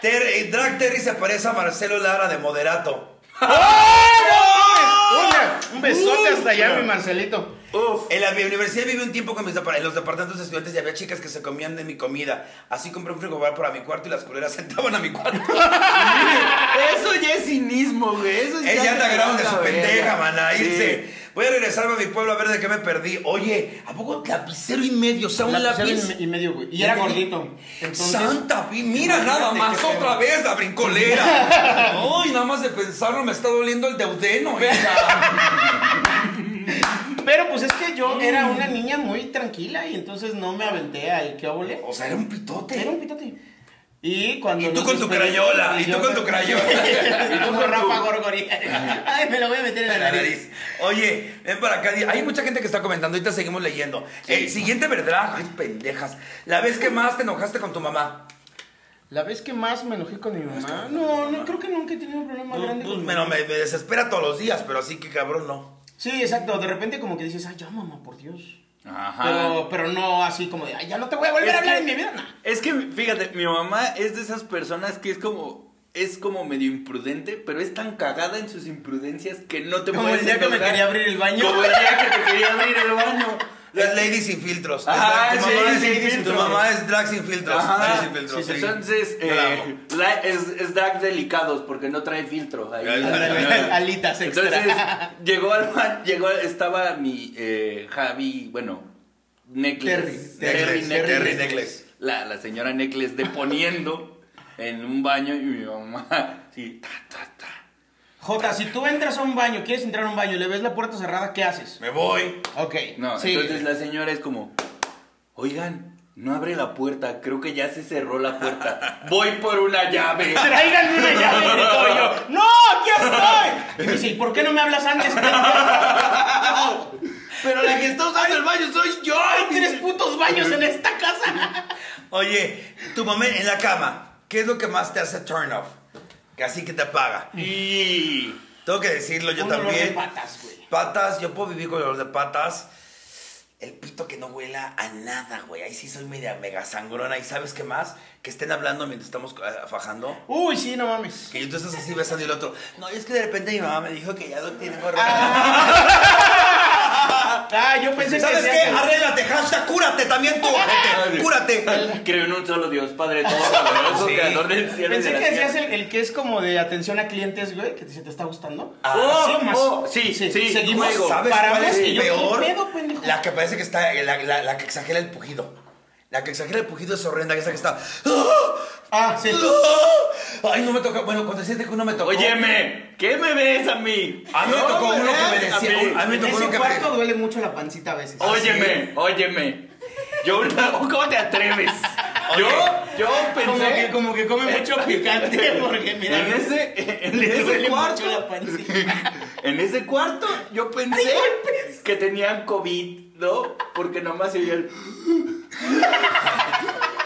A: Ter- eh, Drag Terry se parece a Marcelo Lara de Moderato.
C: Una, un besote hasta allá, mi Marcelito.
B: Uf.
A: En la universidad viví un tiempo con mis depar- en los departamentos de estudiantes y había chicas que se comían de mi comida. Así compré un frigobar para mi cuarto y las culeras [laughs] sentaban a mi cuarto.
B: Eso ya es cinismo, güey. Eso ya
A: Ella anda grande de su
B: la
A: pendeja,
B: verga.
A: maná.
B: Sí.
A: Irse. Voy a regresarme a mi pueblo a ver de qué me perdí. Oye, ¿a poco lapicero y medio? O sea, un
C: Lapicero
A: lápiz.
C: y medio, güey. Y era gordito. Entonces,
A: Santa, pi- mira nada
B: qué
A: más
B: feo.
A: otra vez la brincolera.
C: [laughs]
A: Ay, nada más de pensarlo me está doliendo el deudeno. hija.
C: pero pues es que yo era una niña muy tranquila y entonces no me aventé al que obole.
A: O sea, era un pitote.
C: Era un pitote. Y cuando.
A: Y tú
C: nos
A: con tu
C: despedimos-
A: crayola, y tú
C: yo
A: con tu
C: [laughs]
A: crayola.
B: Y tú
C: Como
B: con tu-
C: Rafa Gorgori. Ay, me lo voy a
B: [laughs]
C: meter en la
A: La
C: nariz.
A: nariz. Oye, ven para acá. Hay mucha gente que está comentando. Ahorita seguimos leyendo. El siguiente verdad. Ay, pendejas. La vez que más te enojaste con tu mamá.
C: La vez que más me enojé con mi mamá. No, no, creo que nunca he tenido un problema grande
A: Pues,
C: con mi
A: bueno,
C: mamá.
A: me, me desespera todos los días, pero así que cabrón no.
C: Sí, exacto. De repente como que dices, ay, ya mamá, por Dios.
B: Ajá.
C: Pero, pero no así como de, ay, ya no te voy a volver
B: Es
C: a hablar
B: que-
C: en mi vida. No.
B: Es que, fíjate, mi mamá es de esas personas que es como. Es como medio imprudente, pero es tan cagada en sus imprudencias que no te
C: Como
B: puedes
C: el día que me
B: enojar.
C: quería abrir el baño.
B: Como el día que te quería abrir el baño.
C: [laughs]
A: Es Lady sin filtros.
B: Ajá,
A: tu,
B: sí,
A: mamá es,
B: sin
A: tu
B: filtros.
A: mamá es drag sin filtros. Drag
B: Ajá.
A: sin filtros, sí.
B: Entonces,
A: Yo la amo.
B: eh, la- es, es drag delicados porque no trae filtro. Ahí.
A: Ándale,
C: alitas extra. [laughs]
B: Entonces, llegó al baño, llegó, estaba mi eh, Javi, bueno, Necles.
C: Terry,
A: Terry, Terry Necles.
B: La, la señora Necles deponiendo [laughs] en un baño y mi mamá, sí, ta, ta, ta.
C: Jota, si tú entras a un baño, quieres entrar a un baño y le ves la puerta cerrada, ¿qué haces?
A: Me voy.
C: Ok.
B: No,
C: sí.
B: entonces la señora es como, oigan, no abre la puerta, creo que ya se cerró la puerta. Voy por una
C: [laughs]
B: llave.
C: Tráiganme una llave de todo. Y yo, ¡No! ¡Aquí estoy! Y me dice, ¿y por qué no me hablas antes?
A: [laughs]
B: Pero la que está usando el baño soy yo.
C: ¡Ay, tienes putos baños en esta casa!
A: Oye, tu mamá en la cama. ¿Qué es lo que más te hace turn off? Que así que te apaga.
B: Y...
A: Tengo que decirlo yo
C: Un dolor de
A: también.
C: patas, güey.
A: Patas, yo puedo vivir con dolor de patas. El pito que no huela a nada, güey. Ahí sí soy media mega sangrona. ¿Y sabes qué más? Que estén hablando mientras estamos eh, fajando.
C: Uy, sí, no mames.
A: Que tú estás así besando y el otro. No, es que de repente mi mamá me dijo que ya lo tengo
C: Ah, yo pensé que
A: ¿Sabes qué?
C: decías-
A: Arréglate, hashtag, cúrate también tú, ojete. Cúrate.
B: Creo en un solo Dios, Padre Todopoderoso,
A: Sí.
B: creador del cielo y
C: Pensé
B: de
C: que
B: la
C: decías
B: tierra.
C: el, el que es como de atención a clientes, güey, que te dice, ¿te está gustando?
A: Ah,
B: sí, más. sí, sí,
C: seguimos.
B: luego.
A: ¿Sabes cuál
C: Paramos
A: es
C: y yo, ¿qué
A: peor?
C: pedo, pendejo?
A: la que parece que está, eh, la, la- la que exagera el pujido. La que exagera el pujido es horrenda, esa que está.
C: Ah, sí.
A: Ay, no me toca. Bueno, cuando siente que uno me tocó.
B: Óyeme, ¿qué me ves a mí?
A: A mí me
B: No
A: tocó uno que me
B: ves a
A: decía-
B: mí.
A: un- a mí- me
C: En
A: tocó
C: ese
A: uno que me-
C: cuarto duele mucho la pancita a veces.
B: Óyeme, óyeme. Yo, una- [laughs] ¿cómo te atreves?
A: Oye.
B: Yo, yo
C: Como que,
B: pensé
C: como que come mucho
A: [laughs]
C: picante,
B: [laughs]
C: porque mira,
B: en ese, en
C: le
B: ese
C: duele
B: cuarto,
C: mucho la
B: [laughs]
C: pancita.
B: en ese cuarto, yo pensé que tenían COVID, ¿no? Porque nomás se oía el. [laughs]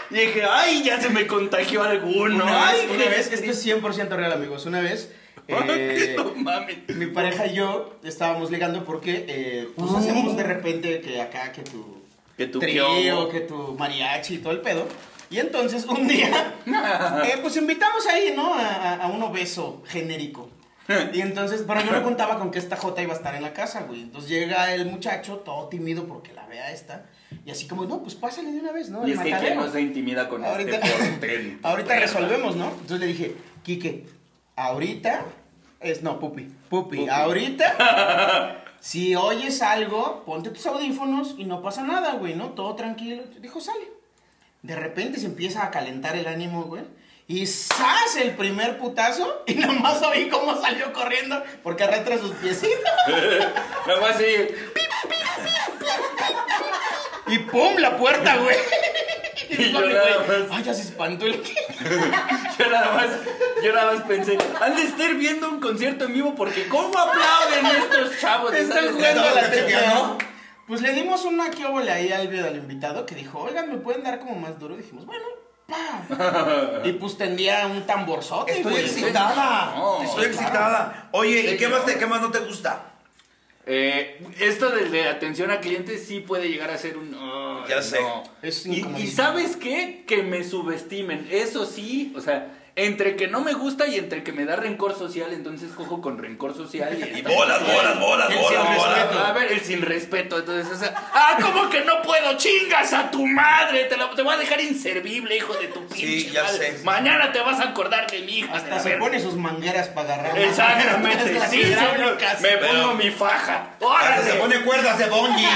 B: Y dije, ay, ya se me contagió alguno.
C: Una
B: ay,
C: vez, una
B: qué
C: vez, esto es 100% real, amigos. Una vez, eh,
B: Ay, no mames.
C: mi pareja y yo estábamos ligando porque eh, pues
B: Oh.
C: hacemos de repente que acá que tu,
B: Que tu
C: trío,
B: piojo.
C: que tu mariachi y todo el pedo. Y entonces
B: [laughs]
C: un día, eh, pues invitamos ahí, ¿no? A, a- a un obeso genérico. Y entonces, pero
B: [laughs]
C: yo no contaba con que esta Jota iba a estar en la casa, güey. Entonces llega el muchacho, todo tímido porque la vea esta. Y así como, no, pues pásale de una vez, ¿no?
B: Y
C: El
B: es que quien
C: matadero.
B: no se intimida con
C: Ahorita,
B: este
C: [laughs]
B: portento.
C: ahorita
B: perra.
C: resolvemos, ¿no? Entonces le dije, Quique, ahorita es, no, pupi, pupi,
B: Pupi.
C: ahorita,
B: [laughs]
C: si oyes algo, ponte tus audífonos y no pasa nada, güey, ¿no? Todo tranquilo. Dijo, sale. De repente se empieza a calentar el ánimo, güey. Y ¡zas! El primer putazo. Y [laughs] nomás oí cómo salió corriendo. Porque arrastra sus piecitos.
B: Me voy a decir,
C: Y Y pum, la puerta, güey. [laughs] Y
B: Y
C: digo a
B: yo
C: mi
B: nada
C: güey,
B: más.
C: ay, ya se espantó el
B: Yo nada más, yo nada más pensé, han de estar viendo un concierto en vivo porque ¿cómo aplauden estos chavos?
C: Están
B: ¿Sabes?
C: jugando a la
A: Estaba
C: tecla,
A: cacheteando.
C: ¿no? Pues le dimos una que óvole ahí al video al invitado que dijo, oigan, ¿me pueden dar como más duro? Y dijimos, bueno, pa. Y pues tendía un tamborzote,
A: Estoy
C: güey.
A: excitada.
B: No,
A: Estoy excitada. Oye, ¿y qué más, te- qué más no te gusta?
B: Eh, esto de, de atención a clientes sí puede llegar a ser un... "Ay,
A: Ya sé.
B: no".
C: Es
B: y, y
C: incomodísimo.
B: ¿sabes qué? Que me subestimen. Eso sí, o sea, entre que no me gusta y entre que me da rencor social, entonces cojo con rencor social. Y,
A: Y bolas, bolas, bolas,
C: El
A: bolas,
C: sin
A: bolas.
C: respeto.
B: A ver, el sin respeto, entonces, o sea, ah, ¿cómo que no puedo? Chingas a tu madre, te, la, te voy a dejar inservible, hijo de tu
A: Sí,
B: pinche
A: ya
B: madre.
A: sé.
B: Mañana te vas a acordar de mi hija. de
C: Hasta
B: la
C: se
B: verga".
C: pone sus mangueras para agarrar. [laughs]
B: Exactamente,
C: Las
B: sí, señor.
C: hidráulicas. [laughs]
B: Me
A: Pero-
B: pongo mi faja.
A: Hasta
B: ¡Órale!
A: se pone cuerdas de
C: [laughs]
A: bungee.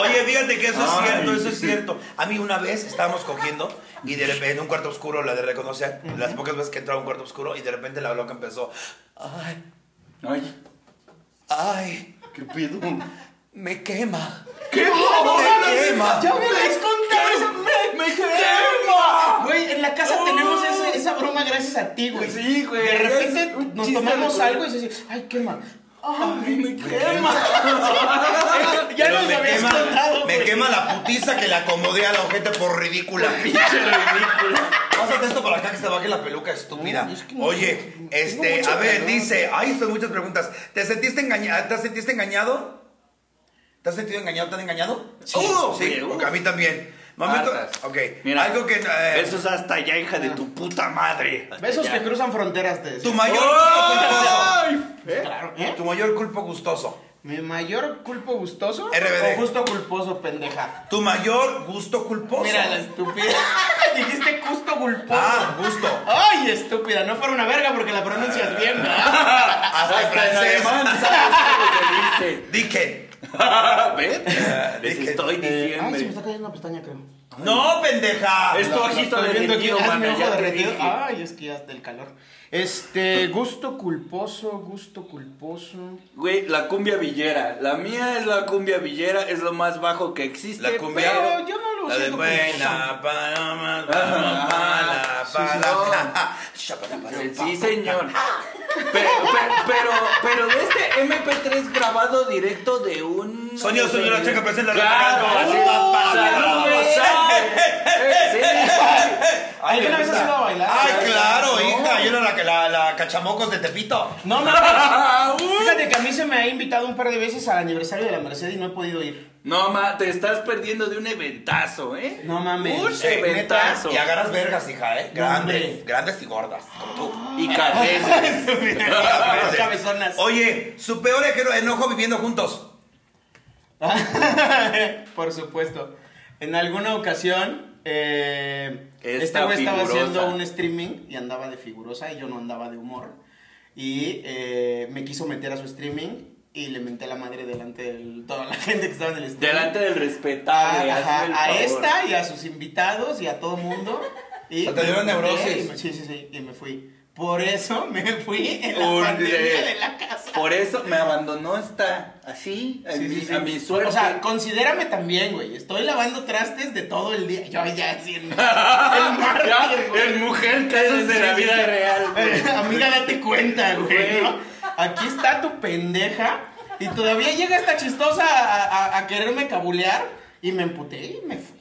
A: Oye, fíjate que eso es
B: Ay.
A: cierto, eso es cierto. A mí una vez estábamos cogiendo y de repente en un cuarto oscuro la de reconocer, las pocas veces que entraba a un cuarto oscuro y de repente la loca empezó, ay,
B: Ay,
A: ay,
B: ¿qué pedo?
A: me quema.
B: ¿Qué
A: Me quema.
C: Ya me las contado esa
B: ¡Me quema!
C: Güey, en la casa
B: No.
C: tenemos ese- esa broma gracias a ti, güey.
B: Sí, güey.
C: De
B: Es
C: repente
B: un
C: nos
B: chiste
C: tomamos
B: recurrente.
C: algo y se dice, ay, quema.
B: ¡Ay, me
A: quema.
B: quema!
A: [laughs]
C: ya
A: Pero
C: nos
A: me
C: lo habías
A: quema-
C: contado,
A: Me
C: güey.
A: quema la putiza que le acomodé a la ojete por ridícula.
B: ¡Pinche ridículo!
A: Pásate esto para acá que se te baje la peluca estúpida.
C: No, es que no-
A: Oye,
C: tengo ¿eh?
A: este,
C: mucho
A: a ver,
C: calor.
A: dice, ay, son muchas preguntas. ¿Te sentiste engañado? ¿Te sentiste engañado? ¿Te has sentido engañado? ¿Te han engañado?
B: Sí.
A: Uh, sí,
B: Güey, uh.
A: ok, a mí también. Momento,
B: Hartas.
A: ok.
B: Mira,
A: Algo que eh,
B: Besos hasta allá, hija de tu puta madre.
C: Besos
B: Hasta
C: que
B: allá.
C: cruzan fronteras, te decía.
A: tu mayor
C: ¡Oh!
B: ¡Ay!
C: ¿Eh? Claro, ¿eh?
A: culpa, tu mayor culpa gustoso.
C: ¿Mi mayor culpo gustoso?
A: RBD.
C: O gusto culposo, pendeja.
A: Tu mayor gusto culposo.
C: Mira, la estúpida. [laughs] Dijiste gusto culposo.
A: Ah, gusto.
C: Ay, estúpida, no fuera una verga porque la pronuncias bien, ¿verdad?
A: Hasta en
B: Hasta en
A: francés.
B: alemán, ¿sabes cómo se dice?
A: Dije.
B: ¿Ves? Les
A: Dije,
B: estoy
C: Eh, ay, se me
B: diciendo.
C: está cayendo una pestaña, creo.
A: No, pendeja.
B: Es- Tu ojito
C: estoy
B: derretido,
C: Ay,
B: mana,
C: mi ojo
B: ya te
C: derretido.
B: dije.
C: Ay, es que ya del calor. Este, gusto culposo, gusto culposo.
B: Güey, la cumbia villera. La mía es la cumbia villera, es lo más bajo que existe.
A: La cumbia.
C: Pero yo no lo
A: La de
C: siento
A: buena,
C: culposo.
A: para, mala, para,
B: Sí,
A: para. [laughs] Shapala, para,
B: pero-
A: pa.
B: Ah, Sí, señor.
C: Ah.
B: Pero, pero, pero, pero de este MP3 grabado directo de un.
A: Sonido, sonido, la checa, presenta la
B: Claro,
A: recarga.
B: así.
C: Oh,
A: Uh,
B: Saludos,
A: saludos.
B: Sí, sí.
A: Ay,
C: ¿Alguna vez has ido a bailar?
A: Ay, claro,
B: No.
A: hija. Yo era la, que- la, la cachamocos de Tepito.
C: No, mames.
B: Ah, uh.
C: Fíjate que a mí se me ha invitado un par de veces al aniversario de la Merced y no he
B: [laughs]
C: podido ir.
B: No, ma, te estás perdiendo de un eventazo, ¿eh?
C: No mames.
B: Un
A: Eh, neta,
B: eventazo.
A: y agarras vergas, hija, ¿eh? Grandes,
C: hombre.
A: grandes y gordas, como tú. [laughs]
B: Y cabezas. [laughs]
A: Grandes.
C: Cabezonas.
A: Oye, su peor ejero- enojo viviendo juntos.
C: [laughs] Por supuesto. En alguna ocasión, eh,
B: Esta
C: este güey estaba
B: figurosa.
C: haciendo un streaming y andaba de figurosa y yo no andaba de humor. Y eh, me quiso meter a su streaming y le menté la madre delante de toda la [laughs] gente que estaba en el streaming.
B: Delante del
C: Ah,
B: respetable.
C: ajá,
B: hazme el
C: a
B: favor.
C: esta y a sus invitados y a
B: [laughs]
C: todo mundo. Y
A: O sea, te dieron
C: me-
A: neurosis.
C: y me- Sí, sí, sí, y me fui. Por eso me fui en la
B: Un-
C: pandemia de la casa.
B: Por eso me abandonó esta. Así, a,
C: Sí,
B: mi,
C: sí, sí.
B: a mi suerte. [laughs]
C: O sea, considérame también, güey. Estoy lavando trastes de todo el día. Yo ya
B: [laughs]
C: así [laughs] en- el mártir,
B: Ya,
C: güey.
B: el mujer casos de la vida real. güey.
C: Amiga, date cuenta, güey.
B: Güey.
C: ¿no? Aquí está tu pendeja y todavía llega esta chistosa a, a- a quererme cabulear y me emputé y me fui.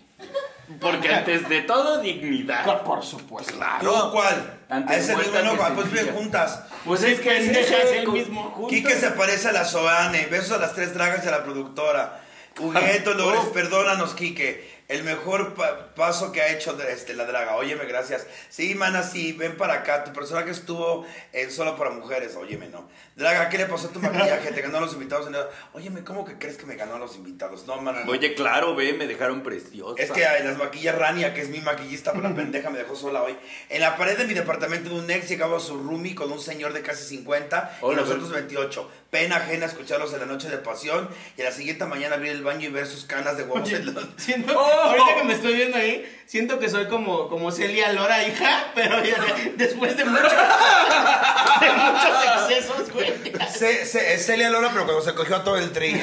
B: Porque antes de todo, dignidad.
C: Co- Por supuesto.
A: ¿Tú cuál?
B: Ah,
A: a
B: Antes
A: ese
B: muerta
A: mismo enojo,
B: que
A: ah, pues
B: sencilla.
A: viven juntas.
B: Pues es que es
C: pendejas
B: es
C: el mismo juntos.
A: Quique
B: [laughs]
A: se parece a la Soane. Besos a las tres dragas y a la productora. Jugueto Lores,
B: Uf.
A: perdónanos, Quique. El mejor pa- paso que ha hecho de- este, la draga. Óyeme, gracias. Sí, mana, sí, ven para acá. Tu personaje estuvo en Solo para Mujeres. Óyeme, no. Draga, ¿qué le pasó a tu maquillaje? ¿Te ganó a los invitados? en el- Óyeme, ¿cómo que crees que me ganó a los invitados? No, mana. no.
B: Oye, claro, ve, me dejaron preciosa.
A: Es que ay, las maquillas Rania, que es mi maquillista, pero la pendeja me dejó sola hoy. En la pared de mi departamento de un ex llegaba su roomie con un señor de casi 50
B: Hola,
A: y nosotros
B: güey.
A: 28. Pena ajena escucharlos en la noche de pasión y a la siguiente mañana abrir el baño y ver sus canas de huevos en los...
C: Siento,
B: ¡Oh!
C: Ahorita que me estoy viendo ahí, siento que soy como, como Celia Lora, hija, pero ya de- después de, mucho- [laughs] de muchos excesos, güey.
A: Se- se- es Celia Lora, pero cuando se cogió a todo el tri.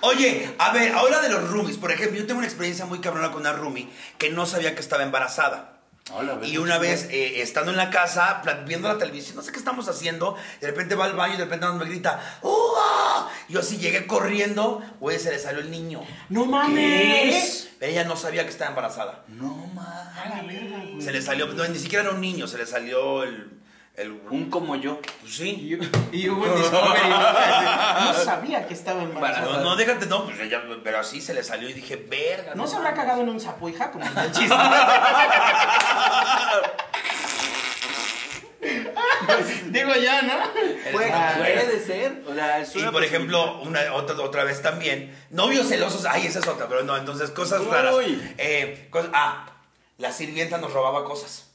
A: Oye, a ver, ahora de los roomies. Por ejemplo, yo tengo una experiencia muy cabrona con una roomie que no sabía que estaba embarazada.
B: Hola,
A: Y una vez, eh, estando en la casa, pla- viendo la televisión, no sé qué estamos haciendo, de repente va al baño y de repente me grita, ¡Uah! Yo así llegué corriendo, güey, se le salió el niño.
C: No
A: Pero ella no sabía que estaba embarazada.
B: No mames.
C: A la verga, güey.
A: Se le salió, no, ni siquiera era un niño, se le salió el... el
B: Un como yo.
A: pues sí.
C: Y, y hubo un discovery. No sabía que estaba embarazada.
A: No, no, déjate, no, pues ella, pero así se le salió y dije, verga.
C: ¿No se
A: mames".
C: habrá cagado en un sapo, hija? Como en el chiste. [laughs] Digo ya, ¿no?
B: Puede,
C: Ah,
B: puede ser. O sea, es
A: Y
B: una
A: por ejemplo,
B: posibilidad.
A: una, otra, otra vez también, novios celosos, ay, esa es otra, pero no, entonces cosas raras.
B: Uy.
A: Eh, cos- ah, la sirvienta nos robaba cosas.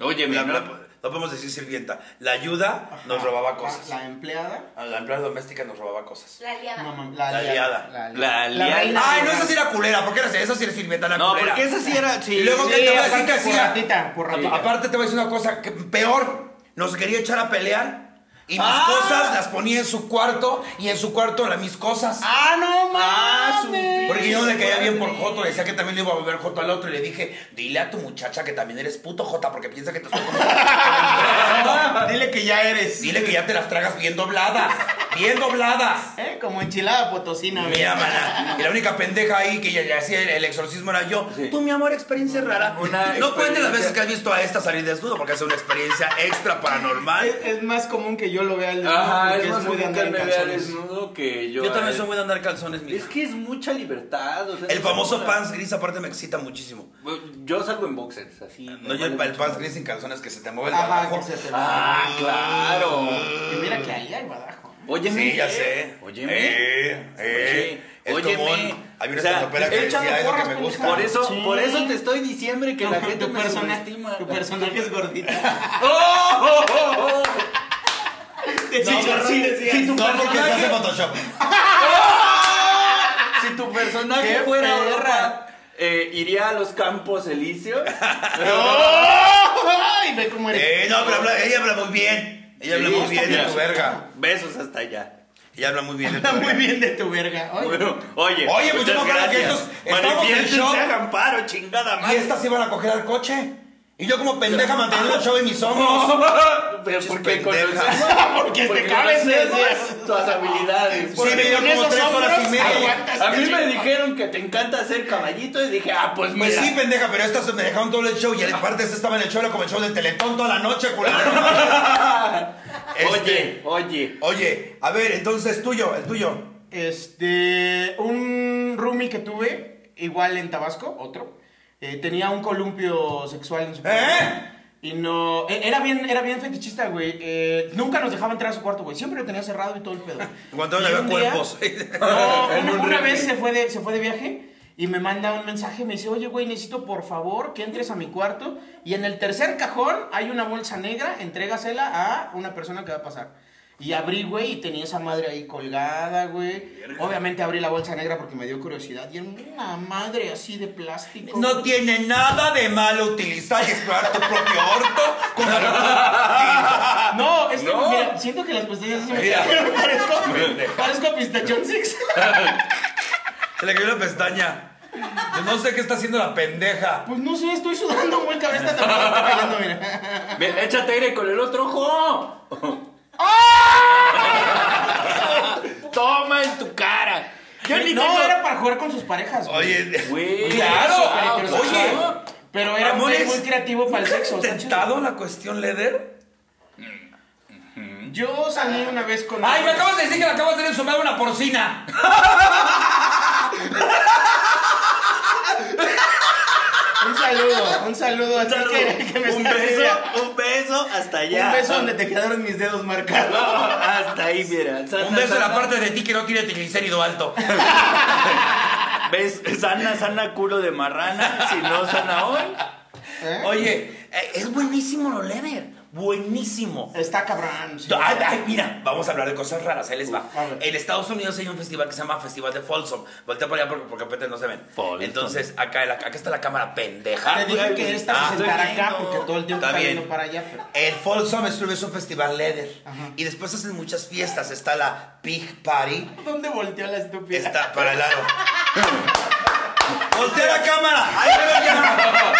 B: Oye,
A: La- la-
B: mira,
A: no podemos decir sirvienta. La ayuda nos robaba cosas.
C: La, la empleada.
A: A La empleada doméstica nos robaba cosas.
D: La liada.
C: No, mam,
A: La aliada.
B: La aliada.
C: reina
A: Ay,
C: de
A: no,
C: la-
A: esa sí era culera, ¿por qué era esa sí era sirvienta? La
B: No,
A: culera.
B: porque esa sí [laughs] era. Sí,
A: Y luego
B: sí,
A: que te voy a decir
C: aparte,
A: que
C: por
A: hacía.
C: ratita, por ratita.
A: Aparte te voy a decir una cosa que peor. Nos quería echar a pelear. Y mis
B: Ah.
A: cosas las ponía en su cuarto y en su cuarto la, mis cosas.
C: ¡Ah, no
B: Ah, su
C: mames!
A: Porque yo no le caía bien por Joto, decía que también le iba a volver Joto al otro y le dije, dile a tu muchacha que también eres puto Jota porque piensa que te estoy comiendo.
C: Dile que ya
A: [laughs]
C: eres.
A: Dile que ya te las tragas bien dobladas, bien dobladas.
C: ¿Eh? Como enchilada potosina, güey.
A: Mira, mana, y la única pendeja ahí que ya- ya hacía el, el exorcismo era yo.
B: Sí.
A: Tú, mi amor, experiencia rara.
B: Una
A: no cuentes las
B: experiencia.
A: veces que has visto a esta salir desnudo porque es una experiencia extra
C: Es,
A: paranormal.
C: es más común que yo lo vea al
B: Ajá,
C: porque
B: es más
C: muy de
B: común
C: andar
B: que
C: en
B: me vea
C: calzones.
B: desnudo que yo.
A: Yo también
B: a
A: soy
B: él.
A: muy de andar calzones, mi
B: Es que es mucha libertad. O sea,
A: El
B: no
A: famoso
B: se
A: pants gris aparte me excita muchísimo.
B: Bueno, Yo salgo en boxers, así.
A: No, yo el, el pants gris sin calzones que se te mueve el
C: Ajá,
A: trabajo.
C: que se te-
B: Ah, claro.
C: Y mira que ahí hay badajo.
B: Óyeme.
A: Sí, ya sé.
B: Óyeme.
A: Eh, eh. Es
B: Óyeme.
A: común. Había una
B: O sea,
A: estandopera que
B: estoy
A: decía,
B: echando
A: "Es lo que
C: porras,
A: me gusta.
B: Por eso,
C: Sí.
B: por eso te estoy diciembre que la gente
C: tu,
B: me
C: persona-
B: subestima. [laughs]
C: tu personaje es [laughs] gordita.
B: ¡Oh! oh, oh, oh!
C: Sí,
A: No,
C: yo
A: pero-
C: sí decía.
B: sí, tu
A: No, porque se hace
B: personaje-
A: Photoshop.
B: Si tu personaje
C: ¡Qué
B: fuera
C: perra!
B: Europa, eh, iría a los campos elíseos.
C: ¡Ay! Ve cómo eres.
A: Eh, no, pero habla- ella habla muy bien. Ella habla
B: Sí,
A: muy bien de
B: mira.
A: tu verga.
B: Besos hasta allá.
A: Ella habla muy bien de tu
C: Está
A: verga.
C: muy bien de tu verga. Ay,
B: Bueno, oye.
A: Oye, pues yo
B: muchas
A: me acuerdo que
B: gracias.
A: estos- estamos en
B: Manifiéstense,
A: shock.
B: hagan paro, chingada
A: Y
B: madre.
A: estas iban a coger al coche. Y yo como pendeja manteniendo el show en mis hombros.
B: [laughs] Pero
A: Pinches
B: porque
A: pendejas. [laughs]
C: Porque te caben
B: cabes
C: esas.
B: tus habilidades.
A: Sí, me dio
C: con
A: como
C: esos
A: tres horas y
C: hombros
A: media.
C: aguanta.
B: a mí me dijeron que te encanta hacer caballito y dije, ah, pues
A: Pues
B: mira.
A: sí, pendeja, pero estas se me dejaron todo el show y aparte se estaba en el show, era como el show del Teletón toda la noche, [laughs] culero.
B: Oye,
A: Este,
B: oye.
A: Oye, a ver, entonces tuyo, el tuyo.
C: Este, un roomie que tuve, igual en Tabasco, otro, eh, tenía un columpio sexual en su
A: ¿Eh?
C: Y no, e- era bien, era bien fetichista, güey. Eh, nunca nos dejaba entrar a su cuarto, güey. Siempre lo tenía cerrado y todo el pedo.
A: [laughs] Cuando
C: Y
A: le veo
C: un día-
A: cuerpos. [laughs]
C: No,
B: En
C: una,
B: un
C: una
B: refri.
C: vez se fue, de, se fue de viaje y me manda un mensaje. Me dice, oye, güey, necesito por favor que entres a mi cuarto. Y en el tercer cajón hay una bolsa negra, entrégasela a una persona que va a pasar. Y abrí, güey, y tenía esa madre ahí colgada, güey. Obviamente abrí la bolsa negra porque me dio curiosidad. Y era una madre así de plástico.
A: No
C: güey.
A: tiene nada de malo utilizar y explorar tu propio orto con la
C: Ah, No, es que,
B: No.
C: mira, siento que las pestañas se me
A: Mira.
C: cayeron,
A: [laughs]
C: parezco, parezco pistachón six. [laughs]
A: Se le cayó la pestaña. Yo no sé qué está haciendo la pendeja.
C: Pues no sé, estoy sudando muy cabeza también [laughs] me está cayendo, mira.
B: Ve, Échate aire con el otro ojo. [laughs] Toma en tu cara. Yo ni
C: no,
B: tengo-
C: era para jugar con sus parejas. güey.
A: Oye,
B: Güey,
A: Claro,
B: eso,
A: oye.
B: claro.
C: ah, Pero era un güey
A: Amores,
C: muy creativo para el sexo. está
A: ¿tentado la cuestión Leder?
C: chido. Yo salí una vez con.
A: ¡Ay, me acabas de decir que le acabas de ensumar una porcina!
C: Un saludo, un saludo a ti
B: Saludo.
C: Ah, que, que me
B: un
C: estás
B: beso,
C: viendo.
B: un beso hasta allá.
C: Un
B: [laughs]
C: beso donde te quedaron mis dedos marcados.
B: Hasta ahí, mira. Sana,
A: Un beso en la
B: sana.
A: parte de ti que no tiene triglicérido alto.
B: ¿Ves? Sana, sana culo de marrana. Si no sana hoy.
C: ¿Eh?
A: Oye, eh, es buenísimo lo Leder.
D: buenísimo.
C: Está cabrón. sí.
A: Ah,
D: Ay, ay, mira, vamos a hablar de cosas raras, ahí les va.
C: a ver.
D: En Estados Unidos hay un festival que se llama Festival de Folsom. Voltea para allá porque, porque apete no se ven.
B: Folsom.
D: Entonces, acá, la- acá está la cámara pendeja.
C: Ah, Le
A: pues,
C: dije que esta
D: Ah,
C: se sentara
D: estoy
C: acá
D: viendo.
C: porque todo el tiempo
D: Está
C: está
D: bien.
C: yendo para allá. Pero...
A: El Folsom Street es un festival leather.
C: Ajá.
A: Y después hacen muchas fiestas. Está la Pig Party.
C: ¿Dónde volteó la estúpida?
A: Está para el
C: [laughs]
A: lado. ¡Voltea la cámara! ¡Ahí me veo ya!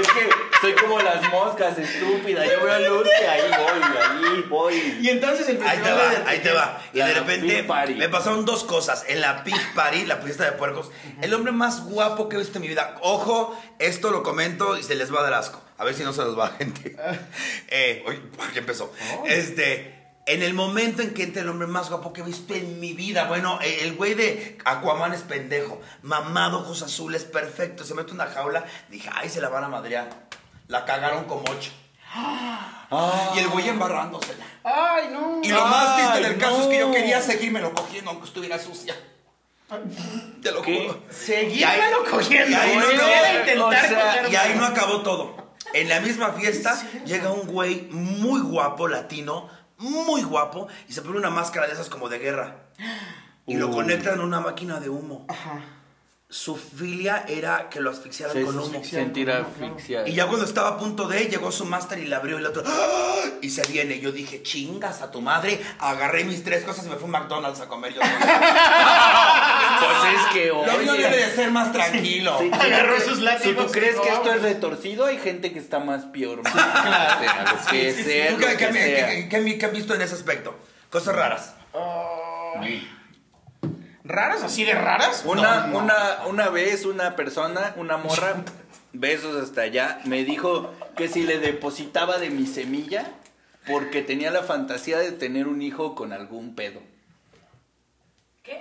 B: Es que soy como las moscas, estúpida. Yo veo luz y ahí voy, ahí voy.
C: Y entonces el
A: Ahí te
C: festival
A: va,
C: de-
A: ahí te va. Y
B: La
A: de repente
B: Pig Party.
A: me pasaron dos cosas. En la Pig Party, la fiesta de puercos, el hombre más guapo que he visto en mi vida. Ojo, esto lo comento y se les va a dar asco. A ver si no se los va,
B: [laughs]
A: gente. Eh, oye, ya empezó.
B: Oh.
A: Este. En el momento en que entra el hombre más guapo que he visto en mi vida, bueno, eh, el güey de Aquaman es pendejo, mamado, ojos azules, perfecto, se mete en una jaula, dije, ay, se la van a madrear. La cagaron como
B: [gasps]
A: ocho. Y el güey embarrándosela.
C: Ay, no. Ah,
A: Y lo más triste
B: Ay,
A: del caso es que yo
B: no.
A: quería seguírmelo cogiendo aunque estuviera sucia. Te lo
B: ¿Qué?
A: juro.
C: Seguímelo cogiendo.
A: y ahí no
C: güey.
A: acabó.
C: Era intentar
B: O sea,
C: cogerlo.
A: Y ahí no acabó todo. En la misma fiesta llega un güey muy guapo, latino, muy guapo, y se pone una máscara de esas como de guerra. Y lo
B: Uh.
A: conectan a una máquina de humo.
C: Ajá.
A: Su filia era que lo asfixiaran
B: Se
A: con humo.
B: sentir asfixia.
A: Y ya cuando estaba a punto de, llegó su máster y la abrió y el otro. ¡ah! Y se viene. Yo dije, chingas a tu madre. Agarré mis tres cosas y me fui a un McDonald's a comer yo solo.
B: Pues es que
A: Lo mío debe de
B: oye.
A: ser más tranquilo.
B: Sí, sí,
C: Agarró
B: tú cre-
C: sus látigos
B: Si tú crees
C: y
B: que
C: no,
B: esto es
C: güey.
B: retorcido, hay gente que está más peor. más sea, lo que sea,
A: ¿Tú
B: lo
A: qué,
B: que
A: qué-
B: sea.
A: qué- qué- qué- qué han visto en ese aspecto? Cosas raras.
C: ¿Raras? ¿Así de raras?
B: Una,
C: No, no.
B: una, una vez una persona, una morra, besos hasta allá, me dijo que si le depositaba de mi semilla, porque tenía la fantasía de tener un hijo con algún pedo.
E: ¿Qué?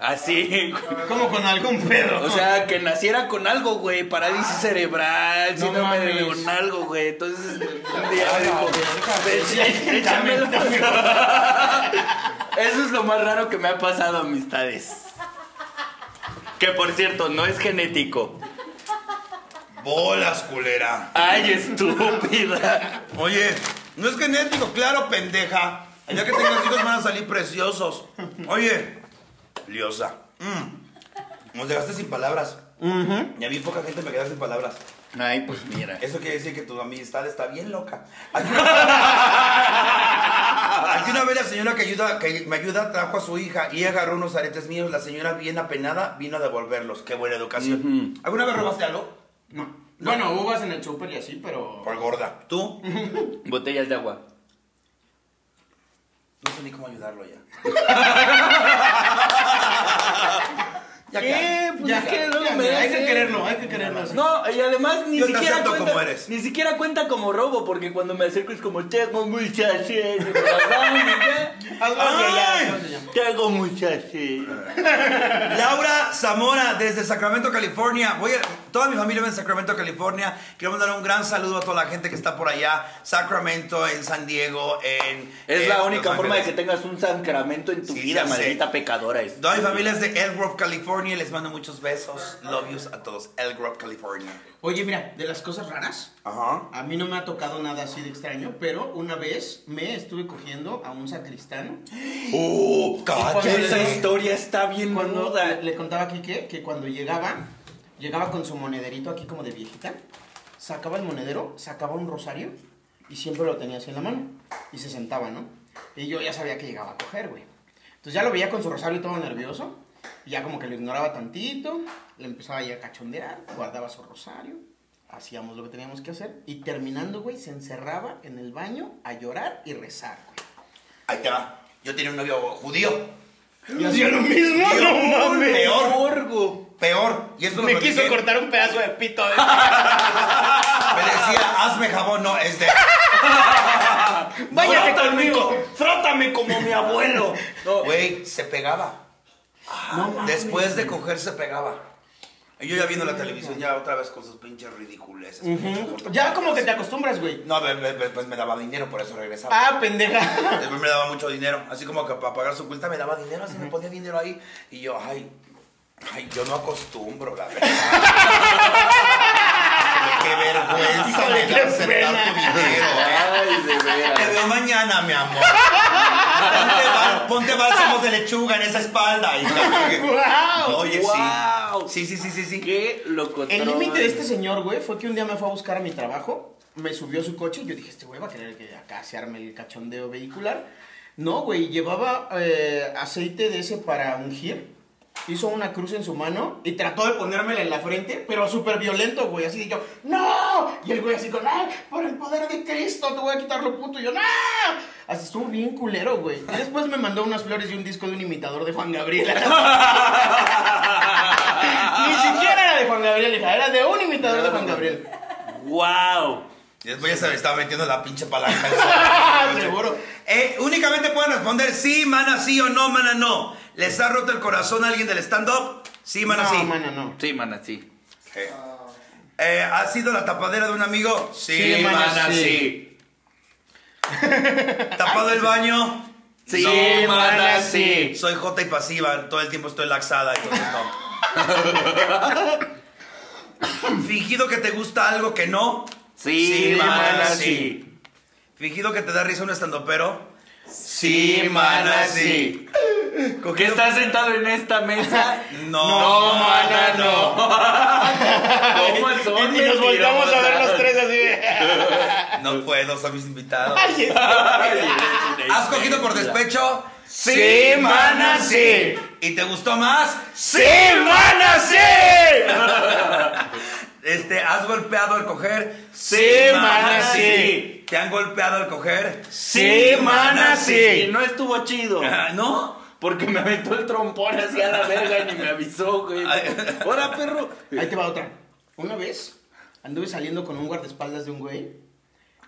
B: Así,
C: Como con algún pedo.
B: o sea, que naciera con algo, güey, parálisis cerebral,
C: No
B: síndrome de
C: mames.
B: Leonardo, güey. Entonces, un día
C: Ay,
B: dijo, "Pues,
C: güey,
B: "Échamelo". [laughs] Eso es lo más raro que me ha pasado, amistades. Que por cierto, no es genético.
A: Bolas, culera.
B: Ay, estúpida.
A: Oye, no es genético, claro, pendeja. Ya que tengas hijos van a salir preciosos. Oye, liosa. mm, Nos dejaste sin palabras. Y a mí poca gente me queda sin palabras.
B: Ay, pues mira.
A: Eso quiere decir que tu amistad está bien loca. Aquí aquí una vez la señora que, ayuda, que me ayuda trajo a su hija y agarró unos aretes míos. La señora, bien apenada, vino a devolverlos. Qué buena educación. ¿Alguna vez robaste algo?
C: No. Bueno, uvas en el súper y así, pero.
A: Por gorda. ¿Tú?
B: Botellas de agua.
A: No sé ni cómo ayudarlo ya. ya
B: ¿Qué?
A: que-
B: Pues
C: Ya,
B: es que no
C: ya,
B: lo
C: mira, hay que
B: merece.
C: quererlo, hay que quererlo. así.
B: No, y además ni
A: Yo te
B: siquiera
A: acepto
B: cuenta
A: como eres.
B: ni siquiera cuenta como robo porque cuando me acerco es como tengo muchachos, tengo
C: Hazlo hacia allá,
A: Ay.
C: hazlo hacia allá.
B: muchachos.
A: Laura Zamora desde Sacramento, California. Voy a- toda mi familia vive en Sacramento, California. Quiero mandar un gran saludo a toda la gente que está por allá. Sacramento, en San Diego, en...
B: Es
A: eh,
B: la
A: Los
B: única forma de
A: Ángeles.
B: que tengas un sacramento en tu
A: Sí, ya
B: vida,
A: sé.
B: maldita pecadora. es.
A: Toda mi familia es de Elgrove, California. Les mando muchos besos. Love yous a todos. Elgrove, California.
C: Oye, mira, de las cosas raras,
A: Ajá.
C: a mí no me ha tocado nada así de extraño, pero una vez me estuve cogiendo a un sacristano.
A: ¡Uh!
B: Esa
A: ¡Cállate!
B: historia está bien
C: Cuando
B: nuda.
C: le, le contaba aquí que, que cuando llegaba, llegaba con su monederito aquí como de viejita, sacaba el monedero, sacaba un rosario y siempre lo tenía así en la mano. Y se sentaba, ¿no? Y yo ya sabía que llegaba a coger, güey. Entonces ya lo veía con su rosario y todo nervioso. Y ya como que lo ignoraba tantito, le empezaba ya a cachondear, guardaba su rosario, hacíamos lo que teníamos que hacer. Y terminando, güey, se encerraba en el baño a llorar y rezar, güey.
A: Ahí te va. Yo tenía un novio judío.
C: Y hacía lo mismo,
A: no mames.
B: Peor. Orgo.
A: Peor. Y eso lo
C: Me quiso
A: platiqué.
C: cortar un pedazo de pito. ¿eh?
A: Me decía, hazme jabón. No, es de...
C: Vaya que
B: Frátame
C: conmigo.
B: co- Frátame como mi abuelo. No,
A: Güey, se pegaba. Ah, Después de coger se pegaba. Y yo ya viendo la televisión ya otra vez con sus pinches ridiculeces. pinche corto-
C: Ya como que te acostumbras, güey.
A: No, be- be- be- pues me daba dinero, por eso regresaba.
C: Ah, pendeja. [laughs]
A: Después me daba mucho dinero, así como que para pagar su cuenta me daba dinero, así me ponía dinero ahí. Y
C: [laughs]
A: yo, ay, ay, yo no acostumbro, la verdad.
F: Qué vergüenza me da aceptar tu dinero, ¿eh?
B: Ay, de
F: Te
B: veras.
F: veo mañana, mi amor. Ponte, bál- ponte bálsamos de lechuga en esa espalda, hija.
C: ¡Guau!
F: Oye,
B: Wow.
F: sí. Sí, sí, sí, sí, sí.
B: Qué locotrón.
C: El límite de este señor, güey, fue que un día me fue a buscar a mi trabajo, me subió a su coche y yo dije, este güey va a querer que acá se arme el cachondeo vehicular. No, güey, llevaba eh, aceite de ese para ungir, hizo una cruz en su mano y trató de ponérmela en la frente, pero súper violento, güey, así que yo, ¡no! Y el güey así con, ¡ay, por el poder de Cristo te voy a quitar lo puto! Y yo, ¡no! Así estuvo bien culero, güey. Y después me mandó unas flores y un disco de un imitador de Juan Gabriel. [laughs] Ni siquiera era de Juan Gabriel, hija, era de un imitador de Juan Gabriel.
B: Wow.
F: Y Después ya se me estaba metiendo la pinche palanca. en su-
C: Seguro.
A: Eh, únicamente pueden responder sí, mana, sí o no, mana, no. ¿Les ha roto el corazón a alguien del stand-up? Sí, mana, sí.
C: No, mano, no.
B: Sí, mana, sí.
A: Eh, eh, ¿Ha sido la tapadera de un amigo?
F: Sí,
C: Sí, mana,
F: mana,
C: sí.
F: sí.
A: ¿Tapado el baño?
B: Sí,
F: No,
B: mana,
C: mana,
B: sí.
A: Soy jota y pasiva, todo el tiempo estoy laxada, entonces no.
B: [laughs]
A: ¿Fingido que te gusta algo que no?
B: Sí,
F: Sí,
B: mana,
F: mana,
B: sí.
A: ¿Fingido que te da risa un estandopero?
B: Sí, mana, sí.
A: ¿Con
B: ¿Qué estás sentado en esta mesa?
A: No,
B: No, mana, no. ¿Cómo son?
C: [laughs] Y nos volteamos a ver los tres así de.
A: No puedo, son mis
B: [laughs]
A: invitados.
C: Ay,
A: ¿Has cogido por despecho?
B: Sí, mana, sí.
A: ¿Y te gustó más?
B: ¡Sí, mana, sí!
A: Este, ¿Has golpeado al coger?
B: Sí, mana, sí.
A: ¿Te han golpeado al coger?
B: Sí, mana, sí.
A: sí.
B: No estuvo chido.
A: Ah, ¿No?
B: Porque me aventó el trompón así a la verga y ni me avisó, güey. ¡Hora, perro!
C: Ahí te va otra. Una vez anduve saliendo con un guardaespaldas de un güey